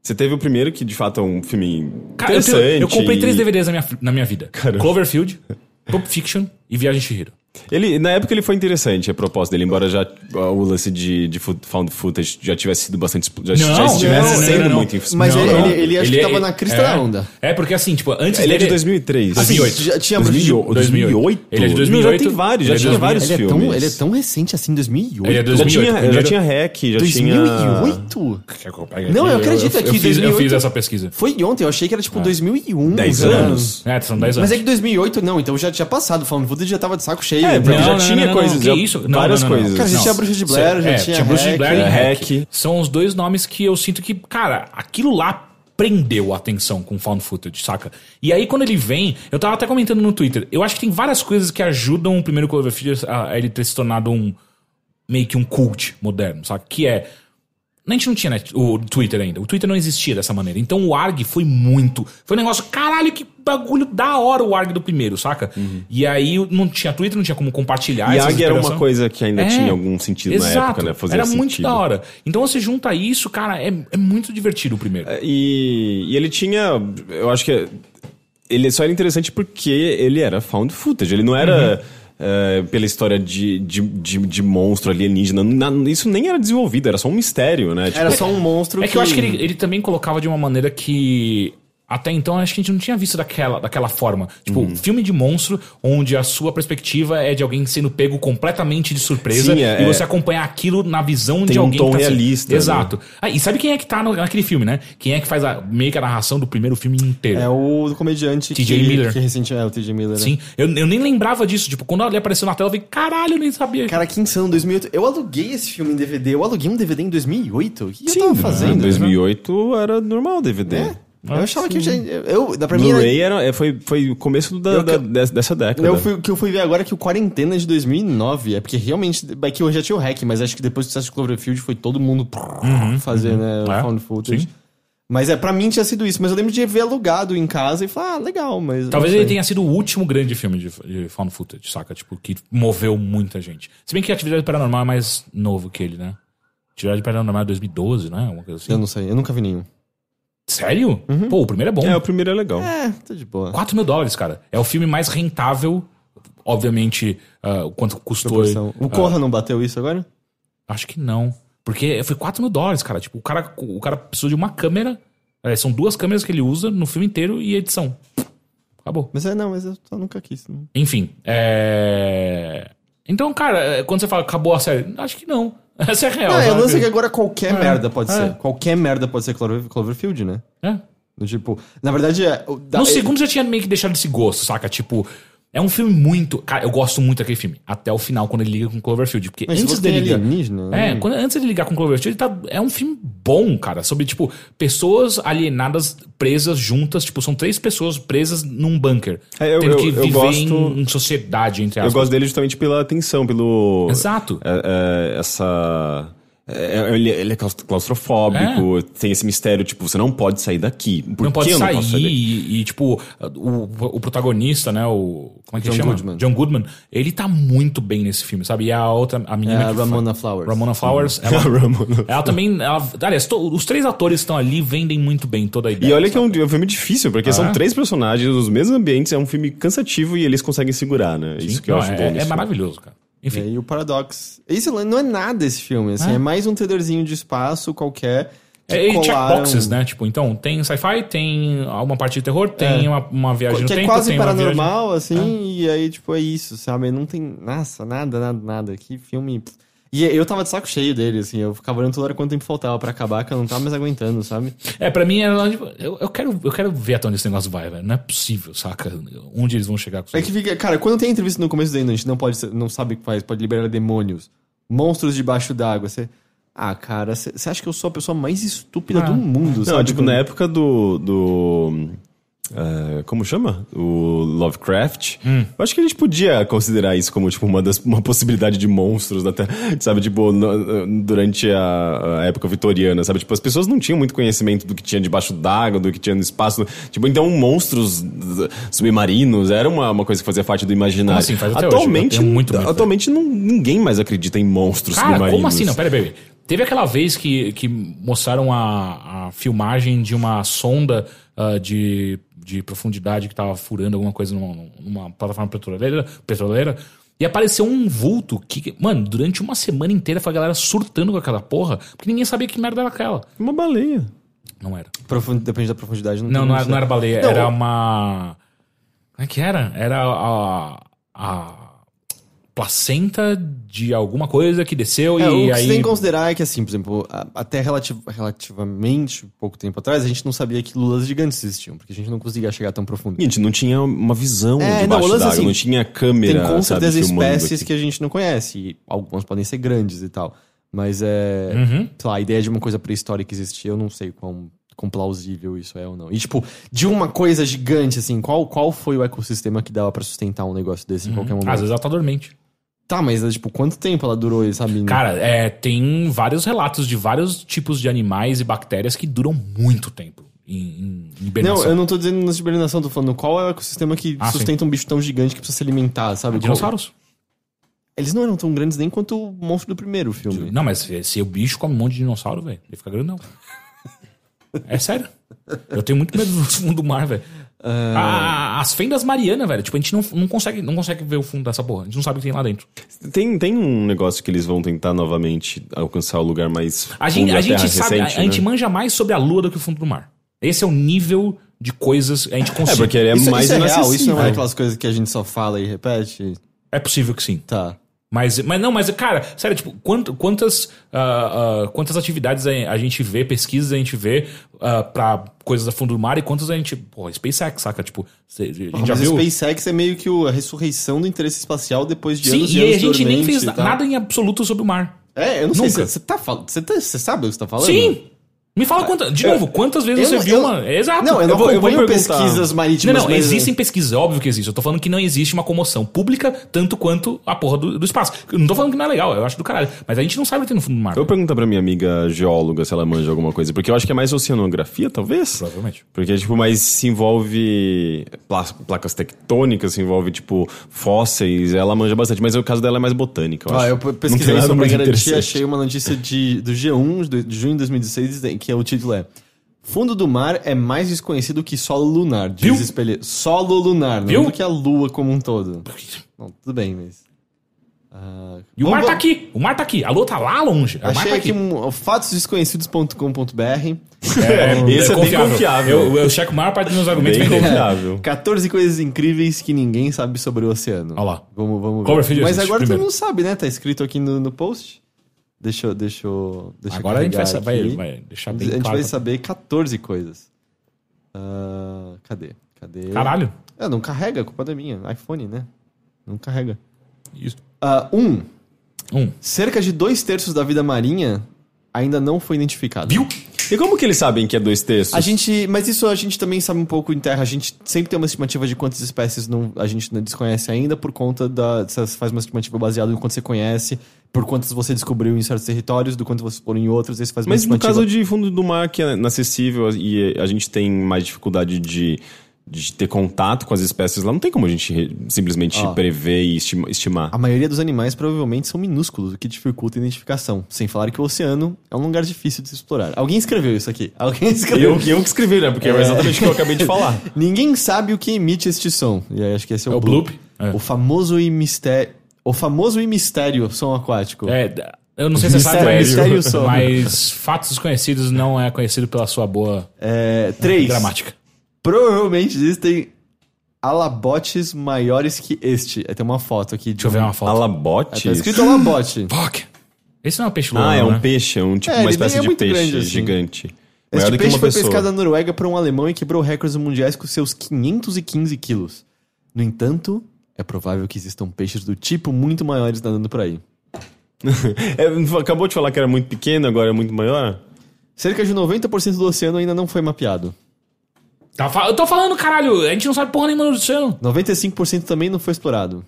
você teve o primeiro, que de fato é um filme Cara, eu, tenho- interessante. eu comprei três e- DVDs na minha, na minha vida. Caramba. Cloverfield, Pulp Fiction e Viagem de Chihiro. Ele, na época ele foi interessante a proposta dele, embora já ah, o lance de, de fo- found footage já tivesse sido bastante. expl- Já, já Não, estivesse não, não, sendo não, não. muito influenciado. Mas Não, ele, não. ele, ele acho que é- tava na crista é, da onda. É, porque assim, tipo, antes Ele é de dele- 2003. Assim, 2008. Já tinha 2008. 2008. Ele é de Já 2008. tem vários, Ele já é tinha de vários Ele é, filmes. tão, ele é tão recente assim, 2008. Ele é Já 2008, tinha, já primeiro. tinha REC, já tinha. 2008? Não, eu acredito eu, é aqui, fiz, eu 2008. fiz essa pesquisa. Foi ontem, eu achei que era tipo 2001. 10 né? anos. É, são 10 anos. Mas é que 2008 não, então já tinha passado. Falando Food já tava de saco cheio. então É, Pra- porque já tinha coisas, que já- isso? Não, várias não, não, não. coisas. Cara, já tinha Bruxa de Blair, já é, tinha Bruxa de Hack, Blair e é, Hack. Hack. São os dois nomes que eu sinto que, cara, aquilo lá prendeu a atenção com found footage, saca? E aí quando ele vem, eu tava até comentando no Twitter, eu acho que tem várias coisas que ajudam o primeiro Cloverfield a, a ele ter se tornado um meio que um cult moderno, saca? Que é a gente não tinha net- o Twitter ainda. O Twitter não existia dessa maneira. Então o ARG foi muito. Foi um negócio, caralho, que bagulho da hora o ARG do primeiro, saca? E aí não tinha Twitter, não tinha como compartilhar. Uhum. E essas AG era uma interações. coisa que ainda É. tinha algum sentido Exato. na época, né? Fazia Era sentido. muito da hora. Então você junta isso, cara, é, é muito divertido o É, primeiro. E, e ele tinha. Eu acho que. Ele só era interessante porque ele era found footage. Ele não era. Uhum. eh, pela história de, de, de, de monstro alienígena. Na- isso nem era desenvolvido, era só um mistério, né? Tipo, Era só um monstro É que eu acho que ele, ele também colocava de uma maneira que Até então, acho que a gente não tinha visto daquela, daquela forma. Tipo, Uhum. filme de monstro, onde a sua perspectiva é de alguém sendo pego completamente de surpresa Sim, é- e você acompanhar aquilo na visão de Tem um alguém tom que tá sendo- realista, né? Exato. Ah, e sabe quem é que tá no- naquele filme, né? Quem é que faz a, meio que a narração do primeiro filme inteiro? É o do comediante T.J. que, Miller. que recentemente é o TJ Miller. né? Sim, eu, eu nem lembrava disso. Tipo, quando ele apareceu na tela, eu falei, caralho, eu nem sabia. Cara, que insano, 2008. Eu aluguei esse filme em DVD. Eu aluguei um DVD em 2008? O que Sim, eu tava Em fazendo? né? 2008 era normal o DVD. Eu achava que eu já. Eu, da, pra mim, era- Blu-ray era, é, foi, foi o começo da, Eu que- da- dessa, dessa década. eu fui, o que eu fui ver agora é que o Quarentena de 2009 é porque realmente. É que eu já tinha o hack, mas acho que depois do sucesso de Cloverfield foi todo mundo fazer, né? É, Found footage. sim. Mas é, pra mim tinha sido isso. Mas eu lembro de ver alugado em casa e falar, ah, legal, mas. Talvez não ele sei. tenha sido o último grande filme de, de found footage, saca? Tipo, que moveu muita gente. Se bem que Atividade Paranormal é mais novo que ele, né? Atividade Paranormal é 2012, né? Alguma coisa assim. Eu não sei, eu nunca vi nenhum. Sério? Pô, o primeiro é bom. É, o primeiro é legal. Uhum. É, tá de boa. 4 mil dólares, cara. É o filme mais rentável, obviamente, ah, o quanto custou. Proporção. O Corra não bateu isso agora? Acho que não. Porque foi 4 mil dólares, cara. Tipo, o cara, o cara precisou de uma câmera. É, são duas câmeras que ele usa no filme inteiro e edição. Acabou. Mas é, não, mas eu só nunca quis. né? não. Enfim, é... Então, cara, é, quando você fala acabou a série, acho que não. <laughs> Essa é a real. Não, eu sabe? lance que agora qualquer merda pode é. ser. Qualquer merda pode ser Clover- Cloverfield, né? É. Do Tipo, na verdade é. o- da- No é- segundo já tinha meio que deixado esse gosto, saca? Tipo, é um filme muito... Cara, eu gosto muito daquele filme. Até o final, quando ele liga com Cloverfield. Porque Mas antes você dele tem ligar... alienígena, É, né? quando, antes de ligar com Cloverfield, ele tá, é um filme bom, cara. Sobre, tipo, pessoas alienadas presas juntas. Tipo, são três pessoas presas num bunker. É, eu- tendo eu- que eu viver gosto- em, em sociedade, entre Eu aspas. gosto dele justamente pela atenção, pelo. Exato. É, é, essa. é, ele, ele é claustro- claustrofóbico, tem esse mistério, tipo, você não pode sair daqui. Por É. não que pode eu sair, não posso sair daqui? e, e, tipo, o, o protagonista, né, o... Como é que ele John chama? Goodman. John Goodman. Ele tá muito bem nesse filme, sabe? E a outra, a é menina a que fa- Ramona Flowers. Ramona <laughs> Flowers, A ela, Ramona. ela também... Ela, aliás, to- os três atores que estão ali vendem muito bem toda a ideia. E olha que é sabe? um, é um filme difícil, porque Ah. são três personagens nos mesmos ambientes, é um filme cansativo e eles conseguem segurar, né? Isso que eu Não, acho é, bom. é nesse filme. maravilhoso, cara. É, E Enfim, aí o Paradox. Isso não é nada esse filme, assim, É. é, mais um tellerzinho de espaço qualquer. um que é, e colaram- checkboxes, né? Tipo, então, tem sci-fi, tem uma parte de terror, tem uma, uma viagem no Que é tempo, quase tem uma viagem- paranormal, assim, e aí, tipo, é isso, sabe? Não tem. Nossa, nada, nada, nada. Que filme. E eu tava de saco cheio dele, assim, eu ficava olhando toda hora quanto tempo faltava pra acabar, que eu não tava mais aguentando, sabe? É, pra mim era. tipo, Eu, eu, quero, eu quero ver até onde esse negócio vai, velho. Não é possível, saca? Onde eles vão chegar com isso. É que fica, cara, quando tem entrevista no começo do ano, a gente não pode, ser- não sabe o que faz, pode liberar demônios, monstros debaixo d'água. Você, ah, cara, você você acha que eu sou a pessoa mais estúpida Ah. né? do mundo? Não, sabe? tipo, é? na época do. do eh, como chama? O Lovecraft. Hum. Eu acho que a gente podia considerar isso como tipo, uma, das, uma possibilidade de monstros da Terra. Sabe, tipo, no- durante a, a época vitoriana, sabe? Tipo, as pessoas não tinham muito conhecimento do que tinha debaixo d'água, do que tinha no espaço. Tipo, então monstros z- submarinos era uma, uma coisa que fazia parte do imaginário. Como assim? Faz até hoje. atualmente, Eu tenho muito medo. atualmente não, ninguém mais acredita em monstros Cara, submarinos. como assim? Não, pera, pera, pera. Teve aquela vez que, que mostraram a, a filmagem de uma sonda ah, de, de profundidade que tava furando alguma coisa numa, numa plataforma petroleira, petroleira. E apareceu um vulto que, mano, durante uma semana inteira foi a galera surtando com aquela porra, porque ninguém sabia que merda era aquela. Uma baleia. Não era. Profundo, depende da profundidade. Não, Não, tem não muito, era, não é né? era baleia, Não, era o- uma. Como é que era? Era a. a placenta de alguma coisa que desceu É, o e que você tem aí. que considerar é que, assim, por exemplo, a- até relati- relativamente pouco tempo atrás, a gente não sabia que lulas gigantes existiam, porque a gente não conseguia chegar tão profundo. Gente, não tinha uma visão É, não, debaixo o lance é d'água, assim, não tinha câmera. Tem com sabe, certeza um filmando espécies aqui. que a gente não conhece, e algumas podem ser grandes e tal. Mas é. Uhum. sei lá, a ideia de uma coisa pré-histórica existir, eu não sei quão, quão plausível isso é ou não. E, tipo, de uma coisa gigante, assim, qual, qual foi o ecossistema que dava pra sustentar um negócio desse em qualquer momento? Às vezes ela tá dormente. Tá, mas, tipo, quanto tempo ela durou, sabe? Cara, é, tem vários relatos de vários tipos de animais e bactérias que duram muito tempo em, em não, hibernação. eu não tô dizendo nas hibernação, tô falando qual é o ecossistema que Ah, sim. sustenta um bicho tão gigante que precisa se alimentar, sabe? Dinossauros. Qual- Eles não eram tão grandes nem quanto o monstro do primeiro filme. Não, mas se, se o bicho come um monte de dinossauro, velho, ele fica grandão. é sério. Eu tenho muito medo do fundo do mar, velho. Ah. A- As fendas Mariana, velho. Tipo, a gente não, não, consegue, não consegue ver o fundo dessa porra. A gente não sabe o que tem lá dentro. Tem, tem um negócio que eles vão tentar novamente alcançar o lugar mais. A gente, fundo da a gente Terra sabe, a- recente, a, gente né? manja mais sobre a lua do que o fundo do mar. Esse é o nível de coisas a gente É, consegue. porque ele é isso, mais isso é real, isso não é inacessível. aquelas coisas que a gente só fala e repete. É possível que sim. Tá. Mas, mas não, mas cara, sério, tipo, quant- quantas, ah, ah, quantas atividades a, a gente vê, pesquisas a gente vê ah, pra coisas a fundo do mar e quantas a gente. Pô, SpaceX, saca? Tipo, cê- a gente já Mas viu. o SpaceX é meio que o- a ressurreição do interesse espacial depois de Sim, anos e anos a de gente nem dormente fez e tal. nada em absoluto sobre o mar. É, eu não sei. Nunca. Você tá falando. Você tá, você sabe o que você tá falando? Sim! Me fala quantas. De novo, quantas vezes eu você não- viu eu- uma. é, Exato. Não, eu não Eu vou- eu vou acompanho perguntar. pesquisas Não, marítimas. não, mas- é- existem pesquisas, óbvio que existe. Eu tô falando que não existe uma comoção pública tanto quanto a porra do, do espaço. Eu não tô falando que não é legal, eu acho do caralho. Mas a gente não sabe o que tem no fundo do mar. Eu vou perguntar pra minha amiga geóloga se ela manja alguma coisa, porque eu acho que é mais oceanografia, talvez? Provavelmente. Porque, tipo, mas se envolve pla- placas tectônicas, se envolve, tipo, fósseis, ela manja bastante, mas o caso dela é mais botânica, eu Ó, acho. Ah, eu Não tem pesquisei nada isso pra muito garantir, interessante. achei uma notícia de, do G1 de, de junho de 2016, que é, o título é Fundo do mar é mais desconhecido que solo lunar, diz Viu? espelhe- Solo lunar, não Viu? do que a lua como um todo. Não, tudo bem, mas... Ah, E o vamos- mar tá aqui. O mar tá aqui. A lua tá lá longe. O mar Achei tá aqui aqui. <laughs> um, fatosdesconhecidos.com.br <laughs> Esse é bem confiável. Eu, eu É. checo a maior parte dos meus <laughs> argumentos Bem vem dele. confiável. 14 coisas incríveis que ninguém sabe sobre o oceano. Olha lá. é Vamos, vamos Cloverfield Mas existe, agora todo primeiro. mundo sabe, né? Tá escrito aqui no, no post. Deixa eu. Deixa, eu- deixa eu Agora a gente vai, carregar vai, aqui. vai deixar A Tá bem gente claro. vai saber 14 coisas. Ah, cadê? Cadê? Caralho. É, não carrega, a culpa da minha. iPhone, né? Não carrega. Isso. Ah, um. Um. Cerca de dois terços da vida marinha ainda não foi identificada. Viu? E como que eles sabem que é dois terços? A gente, mas isso a gente também sabe um pouco em terra. A gente sempre tem uma estimativa de quantas espécies não, a gente não desconhece ainda por conta da. Você faz uma estimativa baseada em quanto você conhece, por quantas você descobriu em certos territórios, do quanto você explorou em outros. Aí você faz uma Mas no estimativa. caso de fundo do mar que é inacessível e a gente tem mais dificuldade de, de ter contato com as espécies lá, não tem como a gente re- simplesmente Ó. prever e estima- estimar. Ah. A maioria dos animais provavelmente são minúsculos, o que dificulta a identificação. Sem falar que o oceano é um lugar difícil de se explorar. Alguém escreveu isso aqui. Alguém <laughs> escreveu. Eu, eu que escrevi, né? Porque é exatamente o que eu acabei de falar. Ninguém sabe o que emite este som. E aí acho que esse é o, É o bloop. bloop. É. O famoso e mistério. O famoso e mistério som aquático. É, d- eu não sei se você sabe, Mistério- mas- mistério só. mas fatos desconhecidos não é conhecido pela sua boa É, três. gramática. Provavelmente existem alabotes maiores que este. Aí tem uma <laughs> foto aqui. um- Deixa eu ver uma foto. Alabote? Tá escrito alabote. Fuck. Esse não é um peixe louco, Ah, é um né? peixe, é um tipo É, uma ele espécie nem é de muito peixe grande, assim. gigante. Maior Este do que peixe uma foi pessoa. pescado na Noruega por um alemão e quebrou recordes mundiais com seus 515 quilos. No entanto, é provável que existam peixes do tipo muito maiores nadando por aí. É, acabou de falar que era muito pequeno, agora é muito maior? Cerca de 90% do oceano ainda não foi mapeado. Tá fa- eu tô falando, caralho, a gente não sabe porra nenhuma do oceano. 95% também não foi explorado.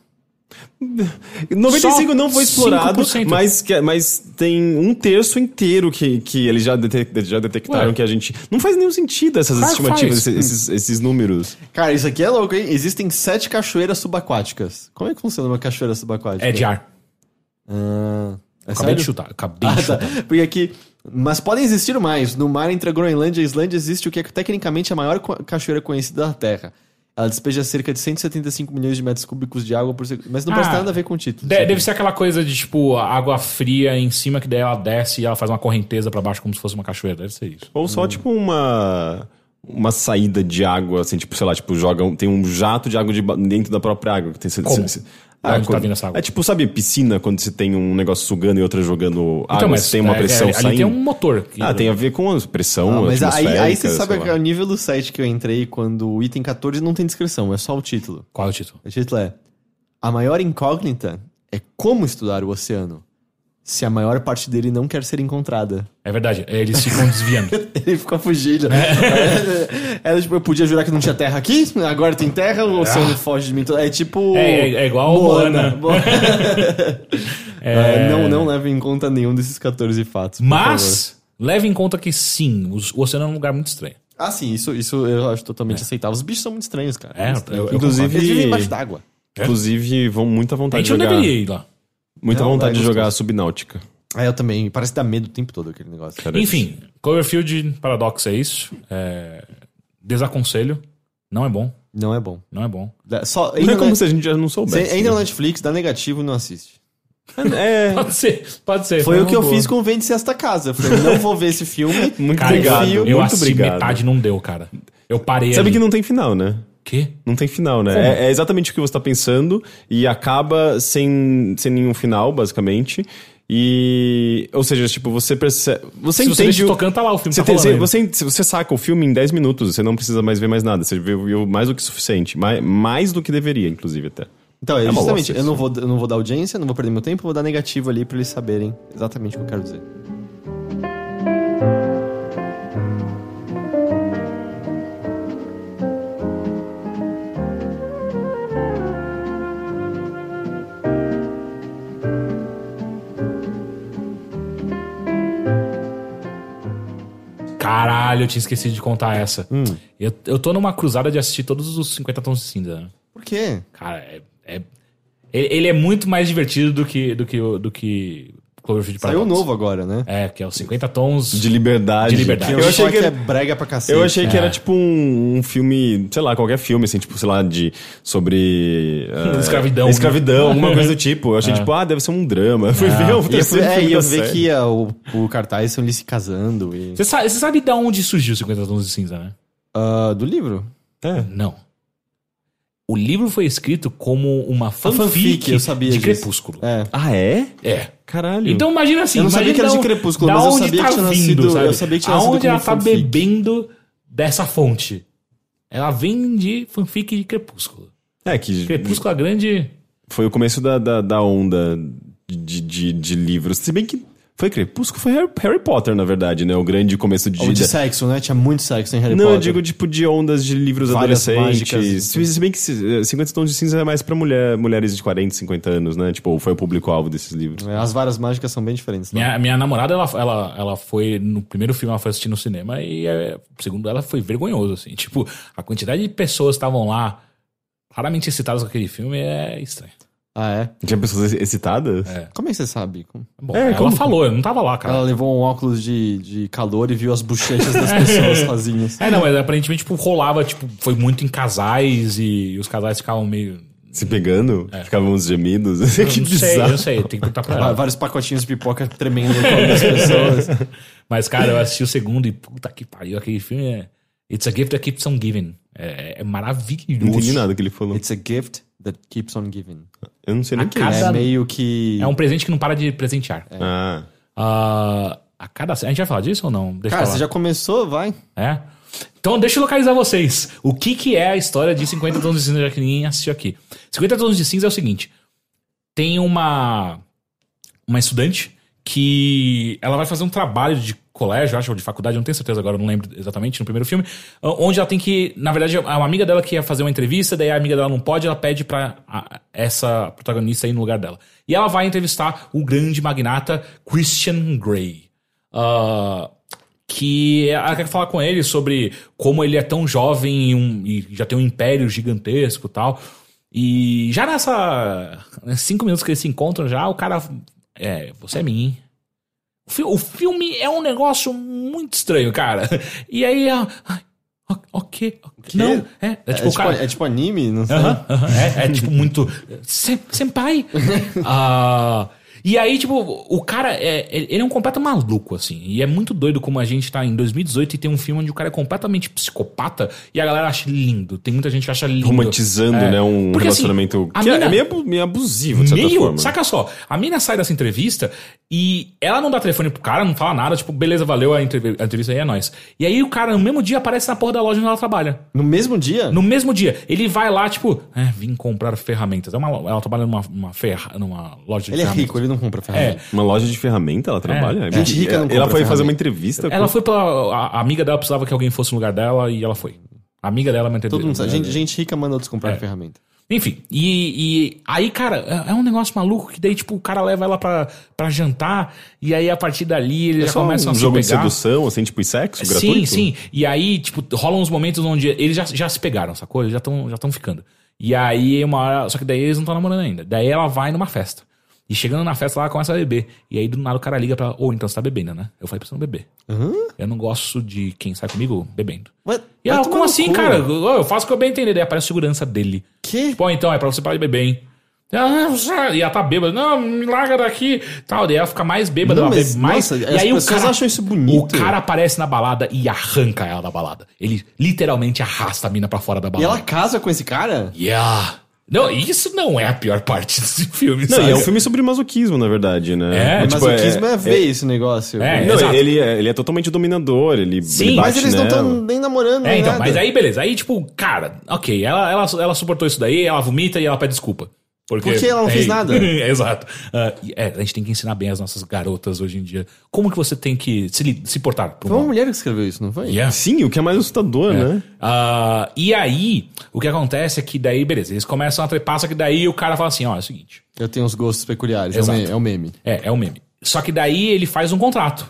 95 não foi explorado, 5%. mas, que- é, mas tem um terço inteiro que, que eles já, dete- já detectaram Ué. que a gente. Não faz nenhum sentido essas Claro que estimativas, faz. esses, esses- esses números. Cara, isso aqui é louco, hein? Existem sete cachoeiras subaquáticas. Como é que funciona uma cachoeira subaquática? É de ar. Ah, é Acabei sério? de chutar, acabei Ah, de tá. chutar. Porque aqui. Mas podem existir mais. No mar entre a Groenlândia e a Islândia existe o que é tecnicamente a maior co- cachoeira conhecida da Terra. Ela despeja cerca de 175 milhões de metros cúbicos de água por segundo. Mas não Ah, parece nada a ver com o título. De- deve ser aquela coisa de, tipo, água fria em cima, que daí ela desce e ela faz uma correnteza pra baixo como se fosse uma cachoeira. Deve ser isso. Ou só, tipo, uma. Uma saída de água, assim, tipo, sei lá, tipo, joga. um- Tem um jato de água de ba- dentro da própria água. Que tem, se- Como? se- se- Da onde tá quando- vindo essa água? É tipo, sabe, piscina, quando você tem um negócio sugando e outra jogando água, você tem uma é, pressão é, ali saindo. tem um motor. que- Ah, tem a ver com a pressão. Ah, mas aí, aí você atmosférica, sabe sei lá. que é o nível do site que eu entrei quando o item 14 não tem descrição, é só o título. Qual é o título? O título é A maior incógnita é como estudar o oceano se a maior parte dele não quer ser encontrada. É verdade, é, eles ficam <laughs> desviando. <laughs> Ele ficou fugindo. Ela, ela, tipo, eu podia jurar que não tinha terra aqui, agora tem terra, o oceano foge de mim. É tipo. É, é- é igual <laughs> Moana. É, não, não leve em conta nenhum desses 14 fatos. por favor. Mas, leve em conta que sim, os- o oceano é um lugar muito estranho. Ah, sim, isso, isso eu acho totalmente aceitável. Os bichos são muito estranhos, cara. É, Eles- eu- eu Inclusive- eles vivem embaixo d'água. Inclusive, vão muita A vontade gente de não jogar. deveria ir lá. Muita Não, vontade é de jogar subnáutica. É, eu também. Parece dar medo o tempo todo aquele negócio. Cara, Enfim, Cloverfield Paradox é isso. É, Desaconselho. Não é bom, Não é bom. não é bom. Dá- Só, Não ainda é na- como se a gente já não você soubesse. ainda né? na Netflix, dá negativo e não assiste. É É. Pode ser, pode ser. Foi o que eu boa. fiz com o <laughs> Vende Sesta Casa. Eu falei, não vou ver esse filme. Muito Cara, obrigado. eu, muito assi obrigado. metade não deu, cara. Eu parei Sabe ali. que não tem final, né? Quê? Não tem final, né? Como? É, é exatamente o que você tá pensando e acaba sem, sem nenhum final, basicamente. E. Ou seja, tipo, você percebe. Você Se você entende. deixa o- tocando, tá lá o filme, você, tá tem- rolando. você, você, você saca o filme em 10 minutos, você não precisa mais ver mais nada. Você viu, viu mais do que o suficiente. Mais, mais do que deveria, inclusive, até. Então, É é uma justamente, bosta eu não, isso. vou, eu não vou dar audiência, não vou perder meu tempo, vou dar negativo ali pra eles saberem exatamente o que eu quero dizer. Caralho, eu tinha esquecido de contar essa. Hum. Eu, eu tô numa cruzada de assistir todos os 50 tons de cinza. né? Por quê? Cara, é, é- ele ele é muito mais divertido do que do que o- do que Cloverfield Saiu Paradox. novo agora, né? É, que é os 50 tons De liberdade. De liberdade. Eu, Eu achei achei que que é brega pra cacete. Eu achei é. que era tipo um, um filme, sei lá, qualquer filme, assim, tipo, sei lá, de. sobre. <laughs> eh, Escravidão, né? Escravidão, alguma <laughs> coisa do tipo. Eu achei, tipo, ah, deve ser um drama. <laughs> Eu Fui ver o E eu, fui- terceiro é, filme e eu da vi série. que ah, o, o cartaz são eles se casando e... Você sabe, você sabe de onde surgiu 50 Tons de Cinza, né? Ah, do livro? Não. O livro foi escrito como uma fanfic, fanfic, eu sabia de disso. Crepúsculo. É. Ah, é? É. Caralho. Então imagina assim, Eu não sabia imagina que era de da on- Crepúsculo, da mas eu onde sabia tá que tinha vindo, nascido- eu sabe? sabia que tinha nascido Aonde como ela tá fanfic. bebendo dessa fonte. Ela vem de fanfic de Crepúsculo. É que Crepúsculo é a grande... foi o começo da, da, da onda de, de, de livros. Se bem que. Foi Crepúsculo, foi Harry, Harry Potter, na verdade, né? O grande começo de. Ou de da- sexo, né? Tinha muito sexo em Harry não, Potter. eu digo tipo de ondas de livros Várias adolescentes. mágicas. Se bem que eh, 50 Tons de Cinza é mais pra mulher, mulheres de 40, 50 anos, né? Tipo, foi o público-alvo desses livros. É, As varas mágicas são bem diferentes. né? Minha, minha namorada, ela, ela, ela foi. No primeiro filme, ela foi assistir no cinema e, é, segundo ela, foi vergonhoso, assim. Tipo, a quantidade de pessoas que estavam lá claramente excitadas com aquele filme é estranho. Ah, é? Tinha pessoas ex- excitadas? Como é que você sabe? Como- Bom, É, ela como- falou, eu não tava lá, cara. Ela levou um óculos de, de calor e viu as bochechas das <laughs> pessoas sozinhas. É, não, mas aparentemente, tipo, rolava, tipo, foi muito em casais e os casais ficavam meio. Se pegando? Ficavam uns gemidos? <laughs> Eu que não sei, eu bizarro. não sei, tem que perguntar pra Vá- ela. Vários pacotinhos de pipoca tremendo no colo das pessoas. <laughs> Mas, cara, eu assisti o segundo e puta que pariu, aquele filme é. It's a gift that keeps on giving. É, é maravilhoso. Não entendi nada que ele falou. It's a gift that keeps on giving. Eu não sei nem o que é. Cada- É meio que... Ah, tá. É um presente que não para de presentear. Ah. Ah, a cada cena. A gente vai falar disso ou não? Deixa Cara, pra lá. você já começou, vai. É? Então, deixa eu localizar vocês. O que, que é a história de 50 Tons de Cinza, já que ninguém assistiu aqui? 50 Tons de Cinza é o seguinte: tem uma. Uma estudante que ela vai fazer um trabalho de colégio, acho, ou de faculdade, eu não tenho certeza agora, eu não lembro exatamente, no primeiro filme, ah, onde ela tem que, na verdade, é uma amiga dela que ia fazer uma entrevista, daí a amiga dela não pode, ela pede pra a- essa protagonista ir no lugar dela. E ela vai entrevistar o grande magnata Christian Grey. Ah, que ela quer falar com ele sobre como ele é tão jovem e, um- e já tem um império gigantesco e tal. E já nessa nesses cinco minutos que eles se encontram já, o cara. É, você é mim, hein? O, fi- o filme é um negócio muito estranho, cara. <laughs> E aí. ah, ai, o- Ok, ok. Não, é. É É tipo, tipo, o cara. é tipo anime, não sei. Aham, aham. É, é, tipo muito. "Sen- <laughs> Senpai! Ah, e aí, tipo, o cara é, ele ele é um completo maluco, assim. E é muito doido como a gente tá em 2018 e tem um filme onde o cara é completamente psicopata e a galera acha ele lindo. Tem muita gente que acha ele lindo. Romantizando, né? Um Porque, assim, relacionamento. a que é- mina- é meio, abu- meio abusivo, de certa Meio, forma. saca só, a mina sai dessa entrevista e ela não dá telefone pro cara, não fala nada, tipo, beleza, valeu a, entrev- a entrevista aí, é nóis. E aí o cara, no mesmo dia, aparece na porra da loja onde ela trabalha. No mesmo dia? No mesmo dia, ele vai lá, tipo, é, vim comprar ferramentas. É uma, ela trabalha numa, numa, ferra, numa loja de Ele é ferramentas. rico, ele não compra ferramenta. É. Uma loja de ferramenta ela trabalha? é Gente rica não ela compra foi fazer ferramenta. uma é entrevista Ela com... foi pela. A, a amiga dela precisava que alguém fosse no lugar dela e ela foi. A amiga dela manteve. Todo mundo sabe. É. Gente, gente rica manda outros comprar ferramenta. Enfim, e, e aí, cara, é- é um negócio maluco que daí, tipo, o cara leva ela pra, pra jantar e aí a partir dali eles É já só começam um a se jogo de pegar. sedução, assim, tipo, e sexo Sim, gratuito? sim. E aí, tipo, rolam uns momentos onde eles já, já se pegaram, sacou? Eles já estão já tão ficando. E aí, uma hora. Só que daí eles não estão namorando ainda. Daí ela vai numa festa. E chegando na festa, ela começa a beber. E aí, do nada, o cara liga pra ela. Ou então você tá bebendo, né? Eu falei pra você não beber. Eu não gosto de quem sai comigo bebendo. What? E ela, Vai tomar como no assim, cu. cara? Eu eu faço o que eu bem entender. Daí aparece a segurança dele. Que? Tipo, ó, então, é pra você parar de beber, hein? E ela tá bêbada. Não, me larga daqui. Tal, daí ela fica mais bêbada, Não, ela mas, bebe mais. nossa, e as aí o pessoas cara, acham isso bonito. O cara aparece na balada e arranca ela da balada. Ele literalmente arrasta a mina pra fora da E balada. ela casa com esse cara? Yeah. Não, isso não é a pior parte <laughs> desse filme, Não, sabe? e é um filme sobre masoquismo, na verdade, né? É, Mas tipo, o masoquismo é, ver esse negócio. É, Não, exato. ele, é, ele é totalmente dominador, ele, Sim, ele bate né? Mas eles não nela. estão nem namorando, né? É, nem então, nada. mas aí beleza. Aí, tipo, cara, ok, ela, ela, ela suportou isso daí, ela vomita e ela pede desculpa. Porque, Porque ela não é, fez <laughs> nada. Exato. Ah, e, é, a gente tem que ensinar bem as nossas garotas hoje em dia. Como que você tem que se, li- se portar pro Foi uma mal. mulher que escreveu isso, não foi? Yeah. Sim, o que é mais assustador, né? Ah, e aí, o que acontece é que daí, beleza, eles começam a trepar, só que daí o cara fala assim, ó, é o seguinte. Eu tenho uns gostos peculiares, é um Exato. meme. É um meme. É, é um meme. Só que daí ele faz um contrato.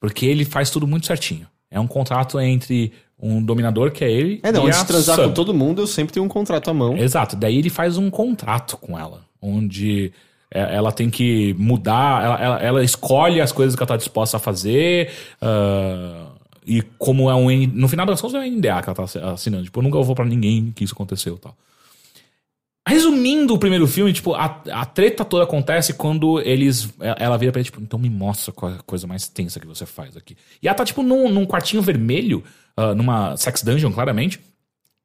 Porque ele faz tudo muito certinho. É um contrato entre um dominador, que é ele, É, não, e antes a de transar sub. com todo mundo, eu sempre tenho um contrato à mão. Exato. Daí ele faz um contrato com ela, onde é, ela tem que mudar, ela, ela- ela escolhe as coisas que ela tá disposta a fazer. ah, e como é um. N- No final das contas é um NDA que ela tá assi- assinando. Tipo, eu nunca vou pra ninguém que isso aconteceu e tal. Resumindo o primeiro filme, tipo, a, a treta toda acontece quando eles. e- Ela vira pra ele, tipo, então me mostra qual é a coisa mais tensa que você faz aqui. E ela tá, tipo, num, num quartinho vermelho, ah, numa sex dungeon, claramente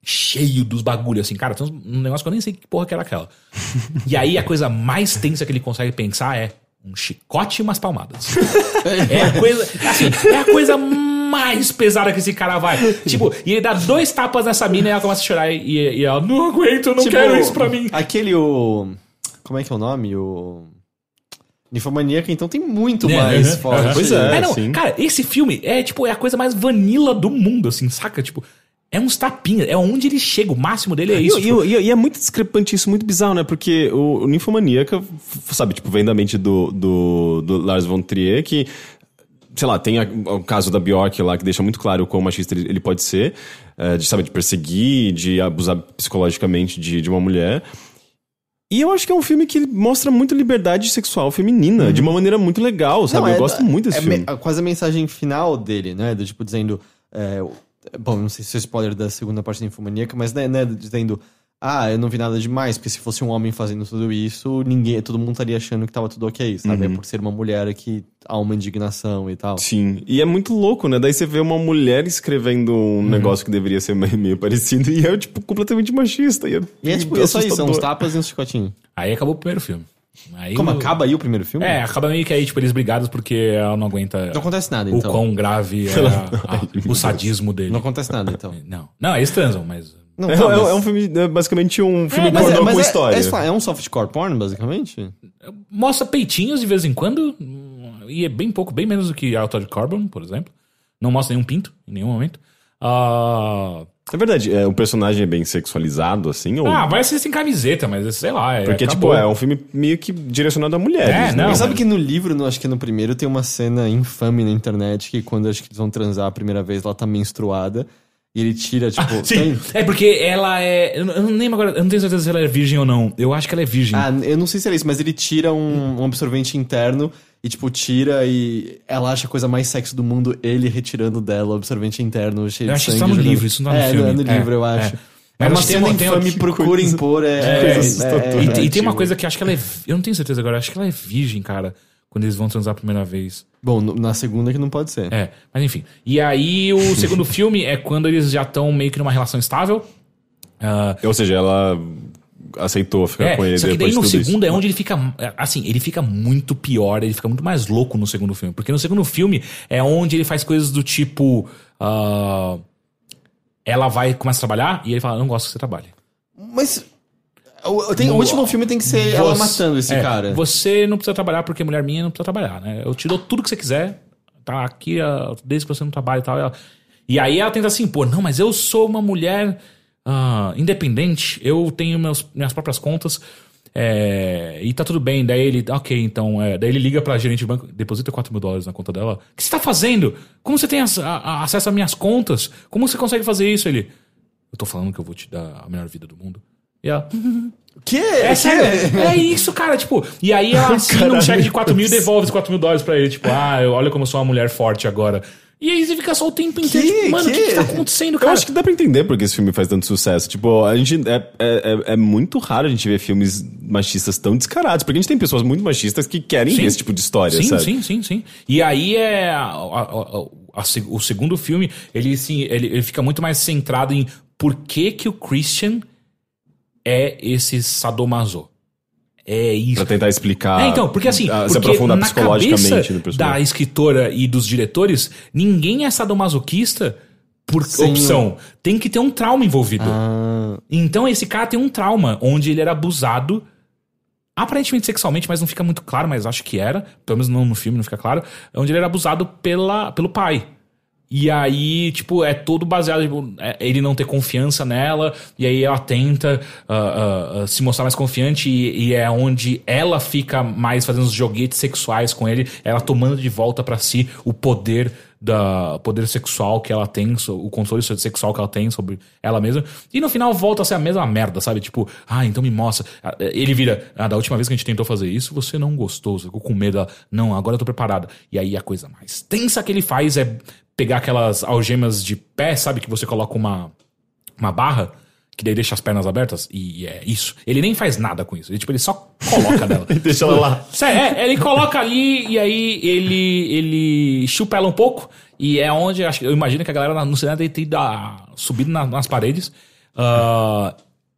cheio dos bagulhos, assim, cara, tem uns- um negócio que eu nem sei que porra que era aquela. <laughs> e aí a coisa mais tensa que ele consegue pensar é um chicote e umas palmadas. é a coisa, assim, é a coisa mais pesada que esse cara vai. Tipo, e ele dá dois tapas nessa mina e ela começa a chorar e, e ela, não aguento, eu não Tipo, quero isso pra mim. Aquele o. Como é que é o nome? O. Ninfomaníaca, então tem muito É, mais né? forte. Pois é. não, sim. cara, esse filme é tipo é a coisa mais vanilla do mundo, assim, saca? Tipo, é uns tapinhas, é onde ele chega, o máximo dele é E- isso. e, tipo, e- e é muito discrepante isso, muito bizarro, né? Porque o, o ninfomaníaca, f- sabe, tipo, vem da mente do, do, do Lars von Trier, que, sei lá, tem a- o caso da Bjork lá, que deixa muito claro o quão machista ele, ele pode ser, eh, de, sabe, de perseguir, de abusar psicologicamente de, de uma mulher. E eu acho que é um filme que mostra muita liberdade sexual feminina, de uma maneira muito legal, sabe? eu gosto muito desse Uhum. é filme. me- quase a mensagem final dele, né? Do tipo dizendo. é, o- bom, não sei se é spoiler da segunda parte da Infomaníaca, mas né, né, dizendo. Ah, eu não vi nada demais, porque se fosse um homem fazendo tudo isso, ninguém, todo mundo estaria achando que tava tudo ok, sabe? Uhum. É por ser uma mulher que há uma indignação e tal. Sim, e é muito louco, né? Daí você vê uma mulher escrevendo um Uhum. negócio que deveria ser meio meio parecido e é, tipo, completamente machista. E é, E é tipo, é só isso, são assustador. uns tapas e uns chicotinhos. Aí acabou o primeiro filme. Aí Como o- acaba aí o primeiro filme? É, acaba meio que aí, tipo, eles brigados porque ela não aguenta Não acontece nada, o então. quão grave é a- a- o sadismo dele. Não acontece nada, então. Não, não, eles transam, mas. Não, É, tá, é- mas- é um filme, é basicamente um filme mas pornô com é, história. É, isso lá, é um softcore porn, basicamente? Mostra peitinhos de vez em quando, hum, e é bem pouco, bem menos do que Altered Carbon, por exemplo. Não mostra nenhum pinto em nenhum momento. Ah, Na verdade, é, o personagem é bem sexualizado, assim, ou... ah, vai ser sem camiseta, mas sei lá. é, porque, acabou. tipo, é um filme meio que direcionado a mulheres, É, né? não. Mas sabe que no livro, no, acho que no primeiro, tem uma cena infame na internet que quando acho que eles vão transar a primeira vez, ela tá menstruada e ele tira, tipo. <laughs> Sim, tem- é porque ela é. Eu não- eu não lembro agora, eu não tenho certeza se ela é virgem ou não. Eu acho que ela é virgem. Ah, eu não sei se era isso, mas ele tira um, um absorvente interno e, tipo, tira e ela acha a coisa mais sexy do mundo, ele retirando dela o absorvente interno cheio Eu de acho que isso sangue tá no jogando. livro, isso não tá no é, filme. É, no É, livro, eu é. acho. É, Mas tem uma uma- cena tem uma- infame, procurem <laughs> pôr. É, coisa é, assustadora. E, te- e tem uma Relativo. coisa que acho que ela é. Eu não tenho certeza agora, acho que ela é virgem, cara, quando eles vão transar a primeira vez. Bom, no- na segunda que não pode ser. É, mas enfim. E aí <laughs> o segundo filme é quando eles já estão meio que numa relação estável. Ah, Ou seja, ela aceitou ficar com é, ele só que daí depois no de tudo isso. segundo é onde ele fica. é, Assim, ele fica muito pior, ele fica muito mais louco no segundo filme. Porque no segundo filme é onde ele faz coisas do tipo. ah, ela vai, começa a trabalhar e ele fala: Não gosto que você trabalhe. Mas. O, tem- o No- último filme tem que ser ela tá Você- matando esse é, cara. Você não precisa trabalhar porque mulher minha não precisa trabalhar, né? Eu te dou tudo que você quiser, tá aqui ah, desde que você não trabalha e tal. ela- E aí ela tenta se impor, não, mas eu sou uma mulher ah, independente, eu tenho meus, minhas próprias contas. é, e tá tudo bem, daí ele, ok, então, é, daí ele liga pra gerente de banco, deposita 4 mil dólares na conta dela. O que você tá fazendo? Como você tem as- a- a- acesso às minhas contas? Como você consegue fazer isso? Ele, eu tô falando que eu vou te dar a melhor vida do mundo. E ela, "Hum, Que? é sério, é isso, cara, tipo, e <laughs> aí ela assina um cheque de 4 mil e devolve os 4 mil dólares pra ele, tipo, ah, eu, olha como eu sou uma mulher forte agora. E aí você fica só o tempo inteiro, Que- tipo, mano, o que, que- que tá acontecendo, Eu cara? acho que dá pra entender porque esse filme faz tanto sucesso. Tipo, a gente. É, é, é- é muito raro a gente ver filmes machistas tão descarados. Porque a gente tem pessoas muito machistas que querem Sim. ver esse tipo de história, sim, sabe? Sim, sim, sim. E aí é. a- a- a- a se- o segundo filme, ele, sim, ele, ele fica muito mais centrado em por que, que o Christian é esse sadomaso. É isso. Pra tentar explicar. É, então, porque assim, a- Ah, se porque aprofundar na psicologicamente cabeça no personagem. da escritora e dos diretores, ninguém é sadomasoquista por opção. Tem que ter um trauma envolvido. <laughs> Ah, Então esse cara tem um trauma onde ele era abusado aparentemente sexualmente, mas não fica muito claro, mas acho que era, pelo menos não no filme não fica claro, onde ele era abusado pela, pelo pai. E aí, tipo, é todo baseado tipo, é, ele não ter confiança nela, e aí ela tenta ah, ah, ah, se mostrar mais confiante, e, e é onde ela fica mais fazendo os joguetes sexuais com ele, ela tomando de volta pra si o poder da o poder sexual que ela tem, so- o controle sexual que ela tem sobre ela mesma. E no final volta a ser a mesma merda, sabe? Tipo, ah, então me mostra. Ah, Ele vira, ah, da última vez que a gente tentou fazer isso, você não gostou, você ficou com medo. Ela, não, agora eu tô preparada. E aí a coisa mais tensa que ele faz é pegar aquelas algemas de pé, sabe? Que você coloca uma, uma barra, que daí deixa as pernas abertas. E é isso. Ele nem faz nada com isso. Ele, tipo, ele só coloca nela. <laughs> Deixa ela lá. Sério, é, ele coloca ali e aí ele, ele chupa ela um pouco. E é onde acho que- eu imagino que a galera no cinema deve ter ido a- subido na- nas paredes. Ah,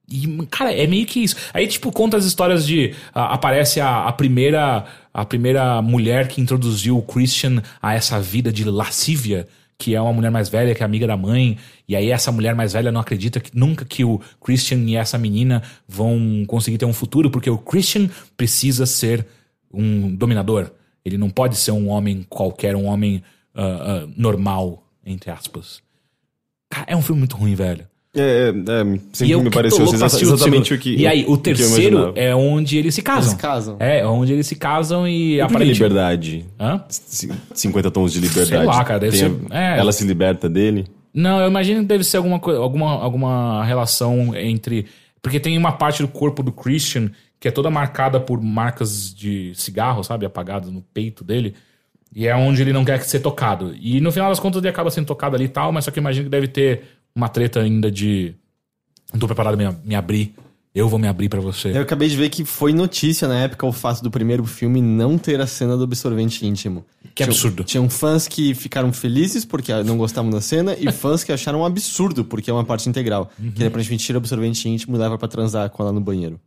e, cara, é meio que isso. Aí, tipo, conta as histórias de. ah, aparece a, a primeira a primeira mulher que introduziu o Christian a essa vida de lascívia. Que é uma mulher mais velha, que é amiga da mãe. E aí essa mulher mais velha não acredita que, nunca que o Christian e essa menina vão conseguir ter um futuro. Porque o Christian precisa ser um dominador. Ele não pode ser um homem qualquer, um homem ah, ah, normal, entre aspas. Cara, é um filme muito ruim, velho. É, é, é, sempre me que tô pareceu louco pra exa- assistir o exatamente o segundo. que. E aí, o que eu terceiro imaginava. é onde eles se casam. Eles casam. É, é onde eles se casam e Por que aparentemente. liberdade? Hã? Cin- 50 tons de liberdade. Sei lá, cara, deve Tem a- ser- é. Ela se liberta dele. Não, eu imagino que deve ser alguma, coi- alguma, alguma relação entre. Porque tem uma parte do corpo do Christian que é toda marcada por marcas de cigarro, sabe? Apagadas no peito dele. E é onde ele não quer ser tocado. E no final das contas ele acaba sendo tocado ali e tal, mas só que eu imagino que deve ter uma treta ainda de. Não tô preparado pra me, me abrir. Eu vou me abrir pra você. eu acabei de ver que foi notícia na época o fato do primeiro filme não ter a cena do absorvente íntimo. Que Tinha- um absurdo. Tinham fãs que ficaram felizes porque não gostavam da cena e fãs que acharam um absurdo porque é uma parte integral. Uhum. Que ele aparentemente tira o absorvente íntimo e leva pra transar com ela no banheiro.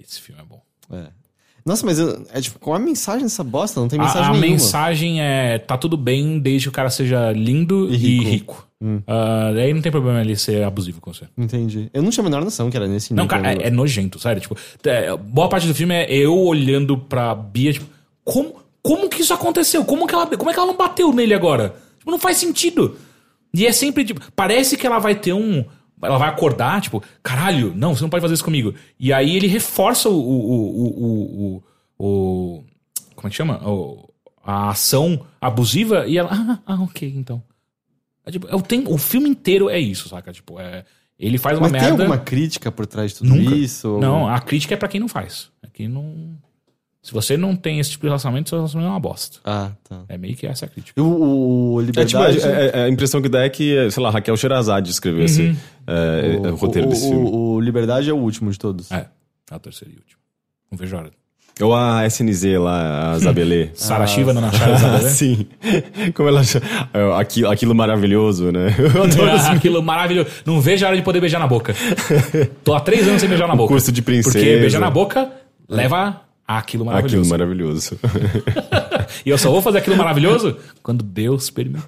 Esse filme é bom. É. Nossa, mas eu- é tipo, qual a mensagem dessa bosta? Não tem A- a, mensagem nenhuma. mensagem é: tá tudo bem desde que o cara seja lindo E e rico. Hum. rico. Ah, aí não tem problema ele ser abusivo com você. Entendi. Eu não tinha a menor noção assim, né, que era nesse Não, nível. cara, é, é nojento, sério. Tipo, é, boa parte do filme é eu olhando pra Bia, tipo, como, como que isso aconteceu? Como que ela, como é que ela não bateu nele agora? Tipo, não faz sentido. E é sempre, tipo, parece que ela vai ter um. Ela vai acordar, tipo, caralho, não, você não pode fazer isso comigo. E aí ele reforça o. o, o, o, o, o- como é que chama? O- a ação abusiva e ela. Ah, ah ok, então. É, tipo, é o, tem, o filme inteiro é isso, saca? Tipo, é, ele faz uma Mas tem merda. alguma crítica por trás de tudo Nunca. isso? Não, né? a crítica é pra quem não faz. É quem não. Se você não tem esse tipo de relacionamento, seu relacionamento é uma bosta. Ah, tá. É meio que essa a crítica. E O, o É, Liberdade... tipo, é- é- é a impressão que dá é que, sei lá, Raquel Sherazade escreveu esse Uhum. é, é, o roteiro o, desse o- filme. o Liberdade é o último de todos. É, a terceira e última. Não vejo a hora. Ou a SNZ lá, a Zabelê. Sara Shiva não acharam Ah, essa <laughs> sim. Como ela acha. é, Aquilo, aquilo maravilhoso, né? Eu adoro esse assim, Aquilo maravilhoso. Não vejo a hora de poder beijar na boca. Tô há três anos sem beijar na boca. curso de princesa. Porque beijar na boca leva àquilo maravilhoso. Aquilo maravilhoso. E eu só vou fazer aquilo maravilhoso quando Deus permite.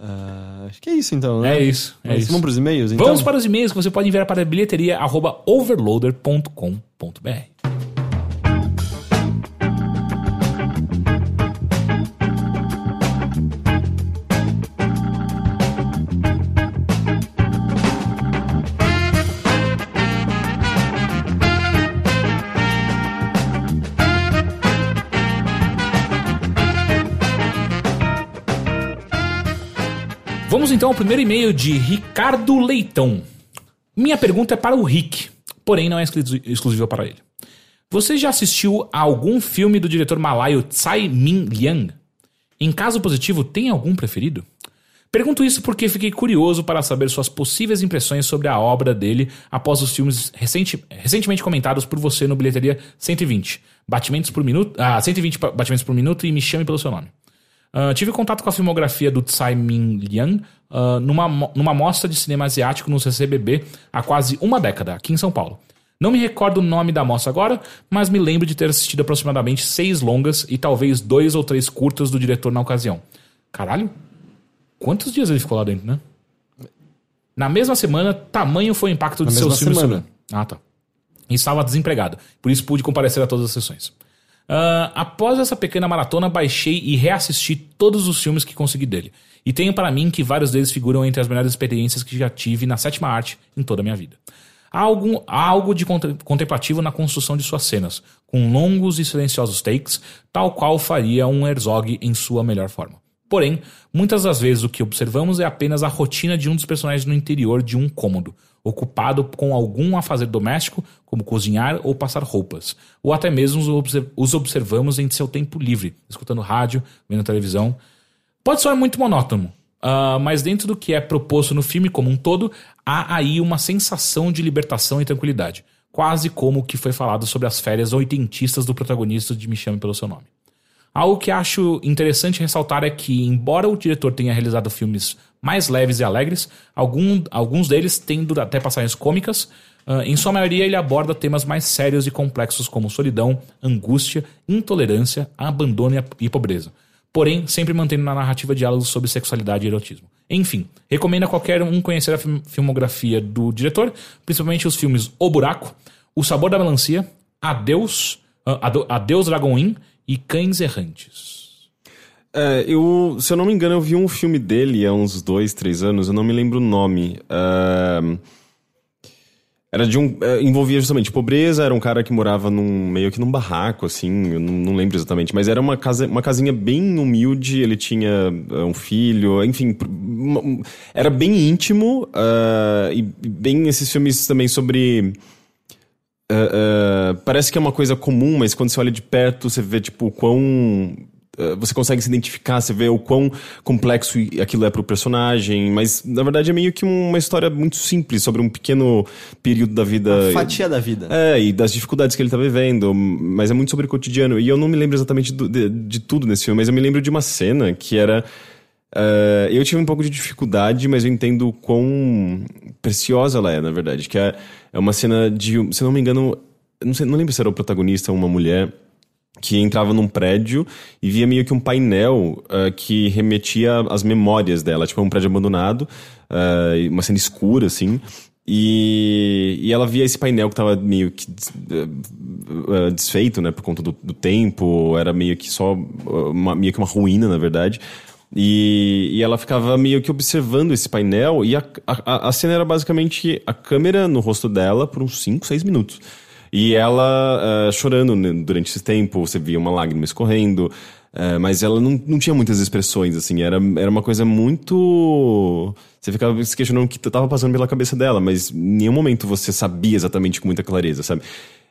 Ah, acho que é isso, então, né? É isso. É Mas isso. Vamos pros e-mails, então? Vamos para os e-mails que você pode enviar para bilheteria@overloader.com.br. Vamos então ao primeiro e-mail de Ricardo Leitão. Minha pergunta é para o Rick, porém não é exclu- exclusiva para ele. Você já assistiu a algum filme do diretor malaio Tsai Ming Yang? Em caso positivo, tem algum preferido? Pergunto isso porque fiquei curioso para saber suas possíveis impressões sobre a obra dele após os filmes recenti- recentemente comentados por você no Bilheteria 120, batimentos por minuto, ah, 120 pa- batimentos por minuto e Me Chame Pelo Seu Nome. Ah, tive contato com a filmografia do Tsai Ming Liang ah, numa, mo- numa mostra de cinema asiático no CCBB há quase uma década, aqui em São Paulo. Não me recordo o nome da mostra agora, mas me lembro de ter assistido aproximadamente seis longas e talvez dois ou três curtas do diretor na ocasião. Caralho, quantos dias ele ficou lá dentro, né? Na mesma semana, tamanho foi o impacto de seus mesma filmes semana. sobre- Ah, tá. E estava desempregado, por isso pude comparecer a todas as sessões. Ah, após essa pequena maratona, baixei e reassisti todos os filmes que consegui dele. E tenho para mim que vários deles figuram entre as melhores experiências que já tive na sétima arte em toda a minha vida. Há, algum, há algo de conte- contemplativo na construção de suas cenas, com longos e silenciosos takes, tal qual faria um Herzog em sua melhor forma. Porém, muitas das vezes o que observamos é apenas a rotina de um dos personagens no interior de um cômodo, ocupado com algum afazer doméstico, como cozinhar ou passar roupas, ou até mesmo os obse- os observamos em seu tempo livre, escutando rádio, vendo televisão. Pode soar muito monótono, ah, mas dentro do que é proposto no filme como um todo, há aí uma sensação de libertação e tranquilidade, quase como o que foi falado sobre as férias oitentistas do protagonista de Me Chame Pelo Seu Nome. Algo que acho interessante ressaltar é que, embora o diretor tenha realizado filmes mais leves e alegres, algum- alguns deles têm dura- até passagens cômicas. ah, em sua maioria, ele aborda temas mais sérios e complexos como solidão, angústia, intolerância, abandono e a- e pobreza. Porém, sempre mantendo na narrativa diálogos sobre sexualidade e erotismo. Enfim, recomendo a qualquer um conhecer a film- filmografia do diretor, principalmente os filmes O Buraco, O Sabor da Melancia, Adeus, ah, Ado- Adeus Dragon Inn e Cães Errantes. É, eu, se eu não me engano, eu vi um filme dele há uns dois, três anos, eu não me lembro o nome. Ahn, era de um. é, envolvia justamente pobreza, era um cara que morava num meio que num barraco, assim, eu não, não lembro exatamente, mas era uma, casa, uma casinha bem humilde, ele tinha é, um filho, enfim, pr- uma- um- era bem íntimo, ah, e bem esses filmes também sobre. Uh, uh, parece que é uma coisa comum, mas quando você olha de perto, você vê, tipo, o quão. uh, Você consegue se identificar, você vê o quão complexo i- aquilo é pro personagem, mas na verdade é meio que uma história muito simples sobre um pequeno período da vida. Fatia da vida. É, e das dificuldades que ele tá vivendo, mas é muito sobre o cotidiano. E eu não me lembro exatamente do- de, de tudo nesse filme, mas eu me lembro de uma cena que era. eh, eu tive um pouco de dificuldade, mas eu entendo quão preciosa ela é, na verdade. Que é, é uma cena de. um- Se eu não me engano, eu não, sei, não lembro se era o protagonista ou uma mulher que entrava num prédio e via meio que um painel ah, que remetia às memórias dela, tipo um prédio abandonado, ah, e uma cena escura assim. E, e ela via esse painel que tava meio que des- ah, ah, desfeito, né, por conta do, do tempo, era meio que só ah, uma, meio que uma ruína, na verdade. E, e ela ficava meio que observando esse painel, e a, a, a cena era basicamente a câmera no rosto dela por uns 5, 6 minutos. E ela ah, chorando né, durante esse tempo, você via uma lágrima escorrendo, ah, mas ela não, não tinha muitas expressões, assim, era, era uma coisa muito. Você ficava se questionando o que estava passando pela cabeça dela, mas em nenhum momento você sabia exatamente com muita clareza, sabe?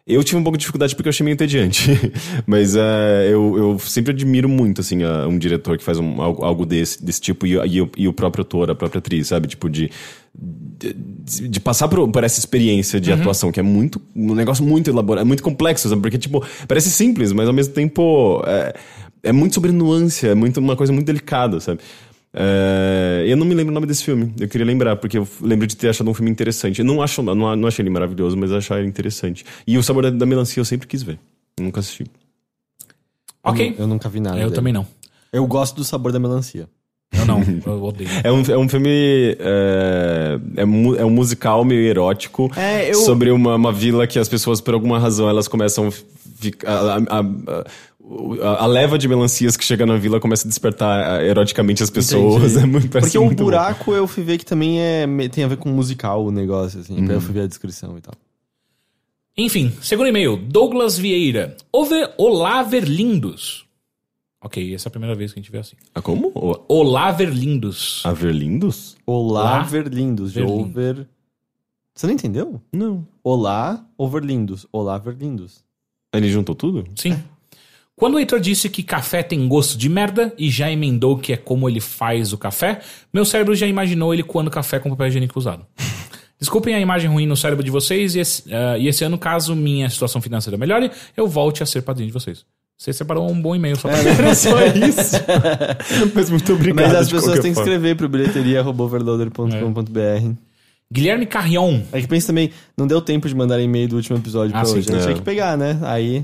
Eu tive um pouco de dificuldade porque eu achei meio entediante. <laughs> Mas ah, eu, eu sempre admiro muito, assim, ah, um diretor que faz um- algo, algo desse, desse tipo e, e o- e o próprio ator, a própria atriz, sabe? Tipo, de, de, de passar por, por essa experiência de atuação, que é muito. um negócio muito elaborado, é muito complexo, sabe? Porque, tipo, parece simples, mas ao mesmo tempo é, é muito sobre nuance, é muito, uma coisa muito delicada, sabe? É, eu não me lembro o nome desse filme. Eu queria lembrar, porque eu f- lembro de ter achado um filme interessante. Eu não, acho, não, a- não achei ele maravilhoso, mas eu achei ele interessante. E o Sabor da, da Melancia eu sempre quis ver. Nunca assisti. Ok. É, Eu, nu- eu nunca vi nada. Eu dele. também não. Eu gosto do sabor da melancia. Eu <laughs> não, eu odeio. É um, é um filme. É, é, mu- é um musical meio erótico. É, eu- Sobre uma, uma vila que as pessoas, por alguma razão, elas começam. a ficar- A, a, a- o- a- a leva de melancias que chega na vila começa a despertar ah, eroticamente as pessoas. Entendi. <laughs> É muito, parece Porque o muito bom. buraco eu fui ver que também é, me- tem a ver com musical o negócio, assim. Eu fui ver a descrição e tal. Enfim, segundo e-mail, Douglas Vieira. Ove- Olá, Verlindos. Ok, essa é a primeira vez que a gente vê assim. Ah, como? O- Olá, Verlindos. Averlindos? Olá, Lá, Verlindos. De Verlindos. over... Você não entendeu? Não. Olá, Overlindos. Olá, Verlindos. Ele juntou tudo? Sim. Quando o Heitor disse que café tem gosto de merda e já emendou que é como ele faz o café, meu cérebro já imaginou ele coando café com papel higiênico usado. <laughs> Desculpem a imagem ruim no cérebro de vocês e esse, ah, e esse ano, caso minha situação financeira melhore, eu volte a ser padrinho de vocês. Você separou um bom e-mail só pra Era É, né? <laughs> só isso. Mas muito obrigado. Mas as de pessoas qualquer têm que forma. escrever pro bilheteria.overloader.com.br. <laughs> Guilherme Carrion. É que pensa também, não deu tempo de mandar e-mail do último episódio Ah, pra sim. hoje. A gente É. tinha que pegar, né? Aí.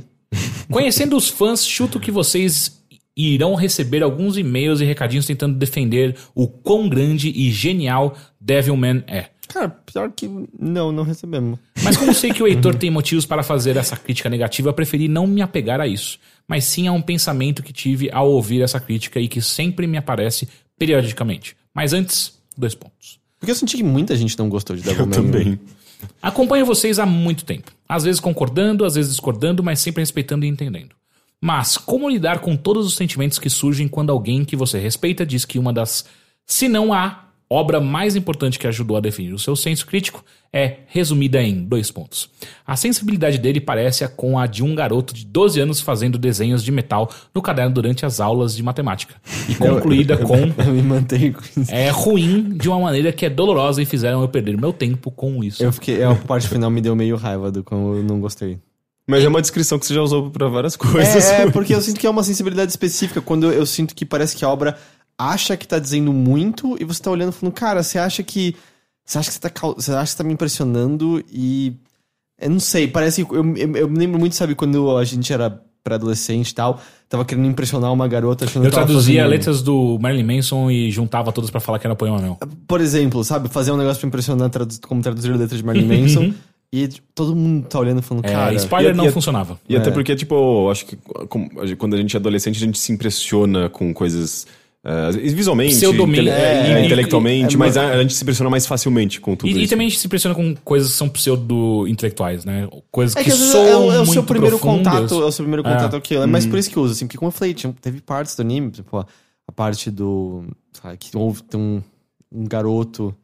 Conhecendo os fãs, chuto que vocês irão receber alguns e-mails e recadinhos tentando defender o quão grande e genial Devilman é. Cara, pior que. Não, não recebemos. Mas como sei que o Heitor tem motivos para fazer essa crítica negativa, eu preferi não me apegar a isso. Mas sim a um pensamento que tive ao ouvir essa crítica e que sempre me aparece periodicamente. Mas antes, dois pontos. Porque eu senti que muita gente não gostou de Devilman. Eu também. Acompanho vocês há muito tempo. Às vezes concordando, às vezes discordando, mas sempre respeitando e entendendo. Mas como lidar com todos os sentimentos que surgem quando alguém que você respeita diz que uma das, se não a obra mais importante que ajudou a definir o seu senso crítico é resumida em dois pontos. A sensibilidade dele parece a com a de um garoto de 12 anos fazendo desenhos de metal no caderno durante as aulas de matemática e <laughs> concluída com Eu me mantenho com isso. é ruim de uma maneira que é dolorosa e fizeram eu perder meu tempo com isso. Eu fiquei. é, A parte final me deu meio raiva do como eu não gostei. Mas é uma descrição que você já usou pra várias <laughs> coisas. É, é, porque eu sinto que é uma sensibilidade específica. Quando eu sinto que parece que a obra acha que tá dizendo muito e você tá olhando e falando, cara, você acha que. Você acha que você tá, cau- você acha que você tá me impressionando e. Eu não sei, parece que. Eu, eu, eu me lembro muito, sabe, quando a gente era pré-adolescente e tal, tava querendo impressionar uma garota achando Eu que ela traduzia fazia- letras do Marilyn Manson e juntava todas pra falar que era poema meu. Por exemplo, sabe, fazer um negócio pra impressionar tradu- como traduzir letras de Marilyn <laughs> Manson. E tipo, todo mundo tá olhando e falando, cara. é, spoiler e- não e- funcionava. E até porque, tipo, acho que como- quando a gente é adolescente, a gente se impressiona com coisas. eh, visualmente, Pseudomi- intele- é, eh, e- intelectualmente, e- mas a, a gente se impressiona mais facilmente com tudo E, e isso. também a gente se impressiona com coisas que são pseudo-intelectuais, né? Coisas É que, que às vezes são é, o- é o muito seu primeiro profundas. contato, é o seu primeiro É. contato é. aquilo. É Uhum. mais por isso que eu uso, assim, porque como eu falei, tinha- teve partes do anime, tipo, a, a parte do. Sabe, que houve tem um, um garoto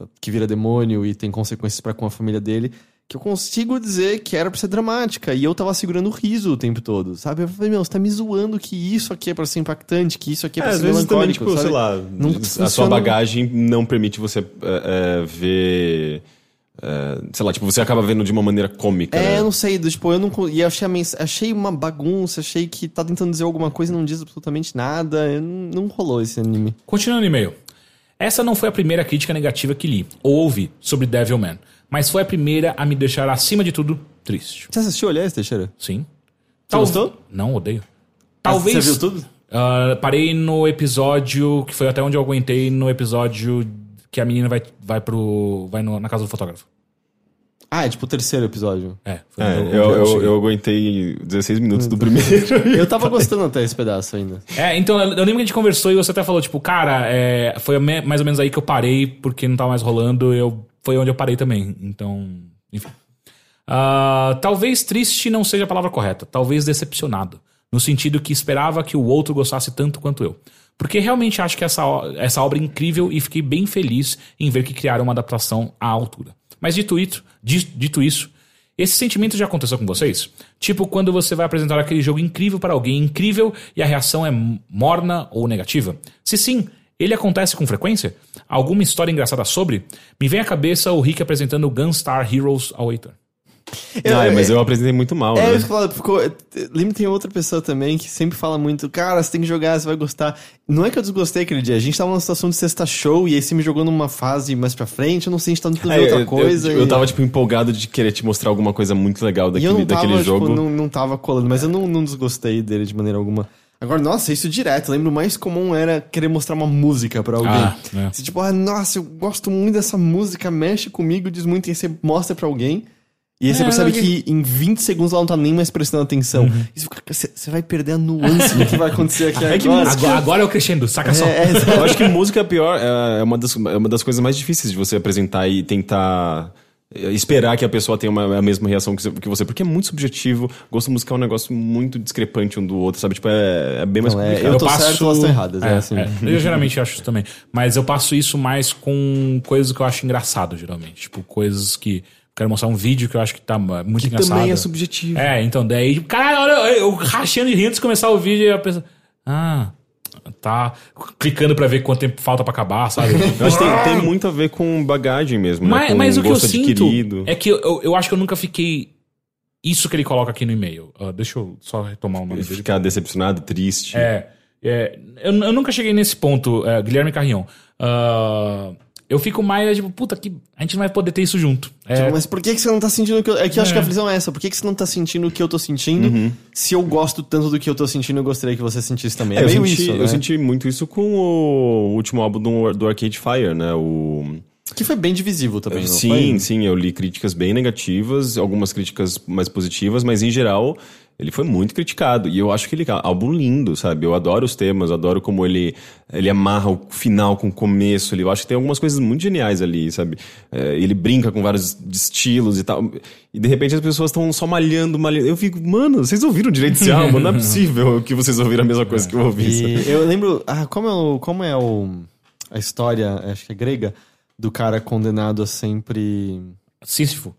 uh, que vira demônio e tem consequências pra com a família dele. Que eu consigo dizer que era pra ser dramática. E eu tava segurando o riso o tempo todo, sabe? Eu falei, meu, você tá me zoando que isso aqui é pra ser impactante, que isso aqui é É, pra às ser vezes também, melancólico, tipo, sabe? sei lá, Não a sua funciona- bagagem não permite você eh, eh, ver. eh, sei lá, tipo, você acaba vendo de uma maneira cômica. É, né? eu não sei, do, tipo, eu não. con- E eu achei, a mens- achei uma bagunça, achei que tá tentando dizer alguma coisa e não diz absolutamente nada. eu não, não rolou esse anime. Continuando o e-mail. Essa não foi a primeira crítica negativa que li ou ouvi sobre Devilman, mas foi a primeira a me deixar, acima de tudo, triste. Você assistiu Olhares, Teixeira? Sim. gostou? Não, odeio. Talvez. Talvez. Você viu tudo? Ah, parei no episódio que foi até onde eu aguentei no episódio que a menina vai vai pro vai no- na casa do fotógrafo. Ah, é tipo o terceiro episódio. É, foi É, onde eu, eu, cheguei. eu aguentei 16 minutos do <laughs> primeiro. Eu tava gostando até esse pedaço ainda. É, então eu lembro que a gente conversou e você até falou tipo, cara, é, foi me- mais ou menos aí que eu parei porque não tava mais rolando, eu foi onde eu parei também. Então, enfim. Ah, talvez triste não seja a palavra correta, talvez decepcionado, no sentido que esperava que o outro gostasse tanto quanto eu. Porque realmente acho que essa, o- essa obra é incrível e fiquei bem feliz em ver que criaram uma adaptação à altura. Mas dito isso, dis- dito isso, esse sentimento já aconteceu com vocês? Tipo quando você vai apresentar aquele jogo incrível para alguém incrível e a reação é m- morna ou negativa? Se sim, ele acontece com frequência? Alguma história engraçada sobre? Me vem à cabeça o Rick apresentando Gunstar Heroes ao Heitor. ah, é, mas eu apresentei muito mal, É, né? isso que eu falo, ficou. Lembro que tem outra pessoa também que sempre fala muito, cara, você tem que jogar, você vai gostar. Não é que eu desgostei aquele dia, a gente tava numa situação de sexta show e aí você me jogou numa fase mais pra frente, eu não sei, a gente tá no É, é, outra eu- coisa. Eu, e- eu tava, tipo, empolgado de querer te mostrar alguma coisa muito E legal eu daquele, não tava, daquele tipo, jogo. não, não tava colando, mas eu não, não desgostei dele de maneira alguma. Agora, nossa, isso direto. eu Lembro, o mais comum era querer mostrar uma música pra alguém. Ah, é. Você, tipo, ah, nossa, eu gosto muito dessa música, mexe comigo, diz muito, e aí você mostra pra alguém. E aí você É, percebe alguém- que em 20 segundos ela não tá nem mais prestando atenção. E você fica, Você você vai perder a nuance do que vai acontecer aqui Uhum. <laughs> É que agora. Agora, agora é o crescendo, saca só. É, é, <laughs> Eu acho que música é a pior, é é uma, das, é uma das coisas mais difíceis de você apresentar e tentar é, esperar que a pessoa tenha uma- a mesma reação que você- que você, porque é muito subjetivo. Gosto musical é um negócio muito discrepante um do outro, sabe? Tipo, é, é bem mais Não, é, complicado. eu Eu tô passo- certo, elas estão erradas. né, É, assim. é. Eu geralmente acho isso também. Mas eu passo isso mais com coisas que eu acho engraçado, geralmente. Tipo, coisas que. Quero mostrar um vídeo que eu acho que tá muito Que engraçado. também é subjetivo. É, então daí, caralho, olha, eu rachando de rir antes de começar o vídeo e a pessoa. Ah, tá. Clicando pra ver quanto tempo falta pra acabar, <laughs> sabe? Né, Eu acho que tem, tem muito a ver com bagagem mesmo, né? mas, Com mas o que eu gosto sinto adquirido. é que eu, eu, eu acho que eu nunca fiquei. Isso que ele coloca aqui no e-mail. Ah, deixa eu só retomar o <laughs> nome dele. Ficar decepcionado, triste. É, é, eu, eu nunca cheguei nesse ponto, é, Guilherme Carrion. Ah, eu fico mais, tipo, puta, que a gente não vai poder ter isso junto. É, Tipo, Mas por que, que você não tá sentindo o que eu. É que eu acho que a aflição é essa. Por que, que você não tá sentindo o que eu tô sentindo? Se eu gosto tanto do que eu tô sentindo, eu gostaria que você sentisse também. É, É, eu, meio senti, isso. eu né? senti muito isso com o último álbum do, do Arcade Fire, né? O... Que foi bem divisivo também, não Sim, foi? sim, eu li críticas bem negativas, algumas críticas mais positivas, mas em geral ele foi muito criticado. E eu acho que ele é um álbum lindo, sabe? Eu adoro os temas, adoro como ele, ele amarra o final com o começo. Ele, eu acho que tem algumas coisas muito geniais ali, sabe? É, ele brinca com vários estilos e tal. E de repente as pessoas estão só malhando, malhando. Eu fico, mano, vocês ouviram direito <laughs> esse álbum? Não é possível que vocês ouviram a mesma coisa que eu ouvi. sabe? E eu lembro. Ah, como é, o, como é o, a história, acho que é grega, do cara condenado a sempre. Sísifo.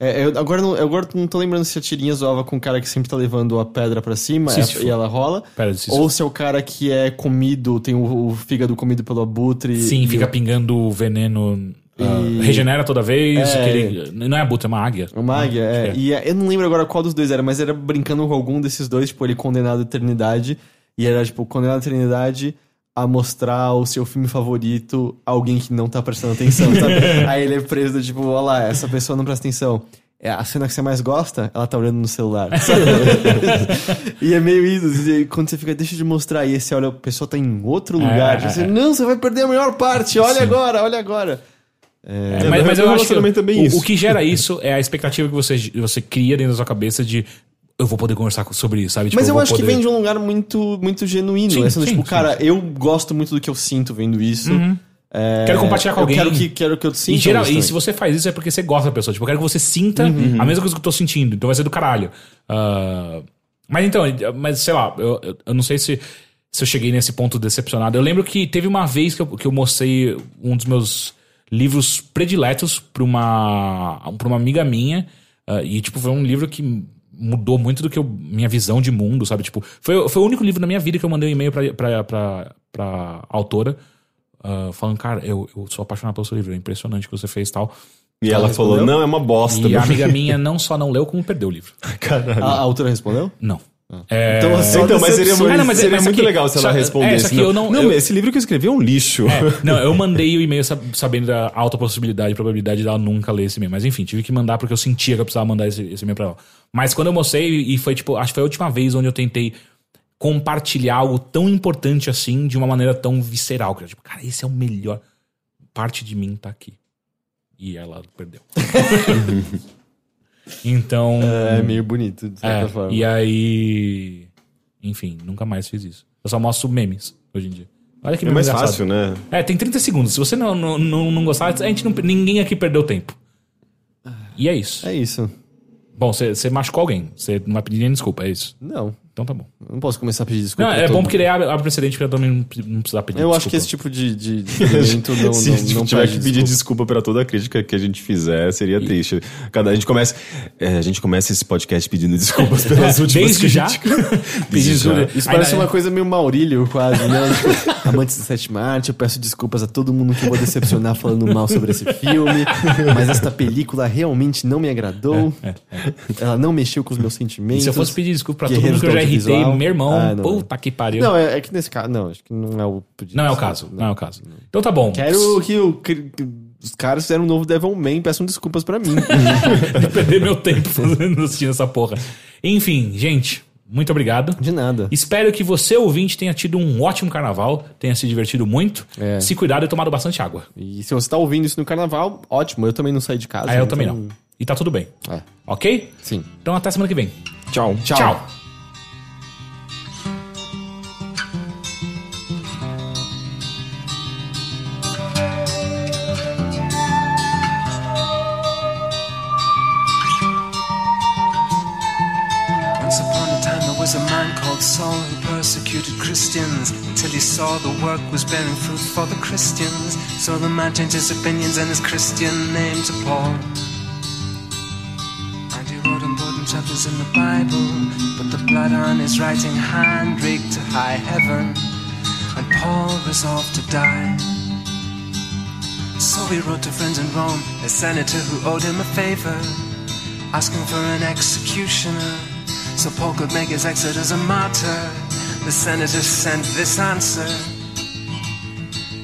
É, eu, agora não, eu agora não tô lembrando se a tirinha zoava com o cara que sempre tá levando a pedra pra cima é, Sísifo. e ela rola. Pera, Sísifo. Ou se é o cara que é comido, tem o, o fígado comido pelo abutre. Sim, e fica pingando o veneno. ah, E- Regenera toda vez. É. que ele- Não é abutre, é uma águia. O Magia, é. é. E é, eu não lembro agora qual dos dois era, mas era brincando com algum desses dois, tipo, ele condenado à eternidade. E era, tipo, condenado à eternidade a mostrar o seu filme favorito a alguém que não tá prestando <laughs> atenção, sabe? Aí ele é preso, do tipo, olha lá, essa pessoa não presta atenção. É a cena que você mais gosta, ela tá olhando no celular. <laughs> sabe? e é meio isso. E quando você fica, deixa de mostrar, e aí você olha, a pessoa tá em outro lugar. é, você, assim, é. não, você vai perder a melhor parte, olha agora, olha agora. É, mas um no relacionamento é bem o, isso. o que <laughs> gera isso é a expectativa que você, você cria dentro da sua cabeça de eu vou poder conversar com- sobre isso, sabe? Tipo, Mas eu vou acho que poder- vem de um lugar muito, muito genuíno. Sim, né? Sendo, sim, tipo, sim, cara, eu gosto muito do que eu sinto vendo isso. É, Quero compartilhar com eu alguém. Quero que, quero que eu sinta. E, geral, isso e também. se você faz isso é porque você gosta da pessoa. Tipo, eu quero que você sinta a mesma coisa que eu tô sentindo. Então vai ser do caralho. Ah, mas então, mas sei lá, eu, eu- eu não sei se, se eu cheguei nesse ponto decepcionado. Eu lembro que teve uma vez que eu, que eu mostrei um dos meus livros prediletos pra uma, pra uma amiga minha. ah, e, tipo, foi um livro que mudou muito do que eu, minha visão de mundo, sabe? Tipo, foi, foi o único livro na minha vida que eu mandei um e-mail pra, pra, pra, pra autora. ah, falando, cara, eu, eu sou apaixonado pelo seu livro, é impressionante o que você fez e tal. E ela falou: respondeu? não, é uma bosta. E a amiga minha não só não leu, como perdeu o livro. <laughs> Caralho. A, a autora respondeu? Não. É, Então, só Então, mas seria decepções. muito, Ah, não, mas- seria mas muito aqui- legal se ela só- é, respondesse. só que não, eu não- eu- esse livro que eu escrevi é um lixo. É, não, eu mandei o e-mail sab- sabendo da alta possibilidade, probabilidade dela nunca ler esse e-mail. Mas enfim, tive que mandar porque eu sentia que eu precisava mandar esse, esse e-mail pra ela. Mas quando eu mostrei, e foi tipo, acho que foi a última vez onde eu tentei compartilhar algo tão importante assim, de uma maneira tão visceral. Que eu, tipo, cara, esse é o melhor. Parte de mim tá aqui. E ela perdeu. então. <laughs> É meio bonito, de certa é, forma. e aí. Enfim, nunca mais fiz isso. Eu só mostro memes hoje em dia. Olha que É meme mais engraçado. fácil, né? É, tem 30 segundos. Se você não, não, não, não gostar, a gente não, ninguém aqui perdeu tempo. E é isso. É isso. Bom, você você machucou alguém. Você não vai pedir nem desculpa, é isso. Não. Então tá bom. eu Não posso começar a pedir desculpa. Não, é pra todo bom mundo. porque daí abre, abre precedente pra também não pre- não precisar pedir Eu desculpa. tipo acho que esse tipo de, de, <laughs> de elemento não, <laughs> Se não, a gente não tiver que pede pedir desculpa. desculpa pra toda a crítica que a gente fizer, seria triste. Cada, a, gente começa, é, a gente começa esse podcast pedindo desculpas pelas últimas É, Desde já. críticas. <laughs> pedir desculpa. já. Isso Aí parece na- uma coisa meio Maurílio, quase, né? tipo, amantes do sétima arte, eu peço desculpas a todo mundo que eu vou decepcionar falando mal sobre esse filme, mas esta película realmente não me agradou. é. Ela não mexeu com os meus sentimentos. Se eu fosse pedir desculpa pra todo Guerreiros mundo que eu já do irritei, audiovisual. meu irmão, Ah, não. puta que pariu. Não, Não, é, é que nesse caso, não, acho que não é o pedido. é o caso, não é o caso. Então tá bom. Quero que, o- que- que os caras fizeram um novo Devil May, peçam desculpas <laughs> pra mim. de perder meu tempo fazendo assistindo essa porra. Enfim, gente, muito obrigado. De nada. Espero que você, ouvinte, tenha tido um ótimo carnaval, tenha se divertido muito, É. se cuidado e tomado bastante água. E se você tá ouvindo isso no carnaval, ótimo, eu também não saí de casa. Aí Ah, eu então- também não. E tá tudo bem. É, Ok? sim. Então até semana que vem. Tchau. Tchau. Once upon a time there was a man called Saul who persecuted Christians until he saw the work was bearing fruit for the Christians. So the man changed his opinions and his Christian name to Paul. verses in the Bible, but the blood on his writing hand rigged to high heaven, and Paul resolved to die. So he wrote to friends in Rome, a senator who owed him a favor, asking for an executioner, so Paul could make his exit as a martyr. The senator sent this answer.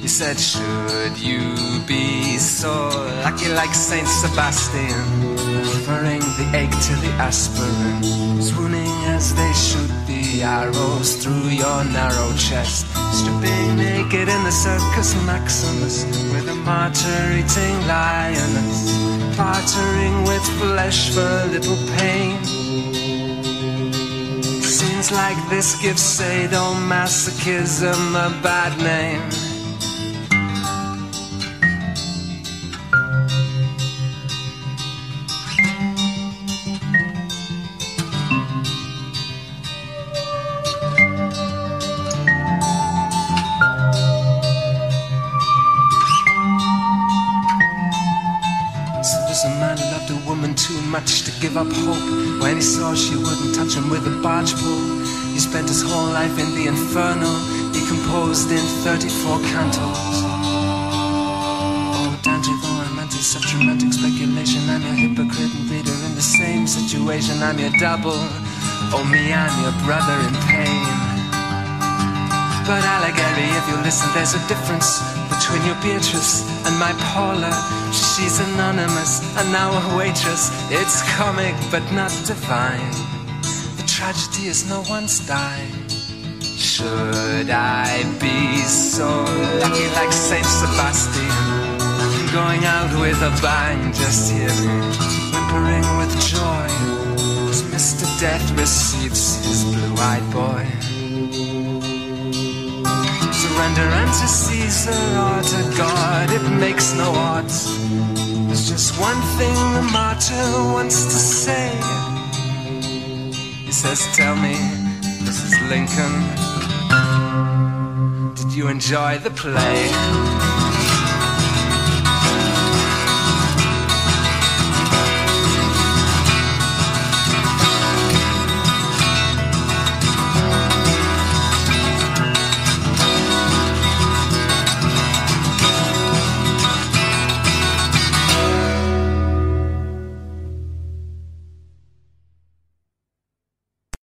He said, Should you be so lucky like Saint Sebastian, offering the egg to the aspirin, swooning as they shoot the arrows through your narrow chest, stripping naked in the circus Maximus, with a martyr eating lioness, bartering with flesh for little pain. Scenes like this give sadomasochism a bad name. So there's a man who loved a woman too much to give up hope. When he saw she wouldn't touch him with a barge pole, he spent his whole life in the inferno, he composed in 34 cantos. Oh, Dante, though I'm anti such romantic speculation, I'm your hypocrite and reader in the same situation, I'm your double. Oh, me, I'm your brother in pain. But Alighieri, if you listen, there's a difference between your Beatrice and my Paula. She's anonymous and now a waitress. It's comic but not divine. The tragedy is no one's dying. Should I be so lucky like Saint Sebastian? Going out with a bang, just hear me whimpering with joy as Mr. Death receives his blue-eyed boy. Surrender unto Caesar or to God, it makes no odds. There's just one thing the martyr wants to say. He says, Tell me, Mrs. Lincoln, did you enjoy the play?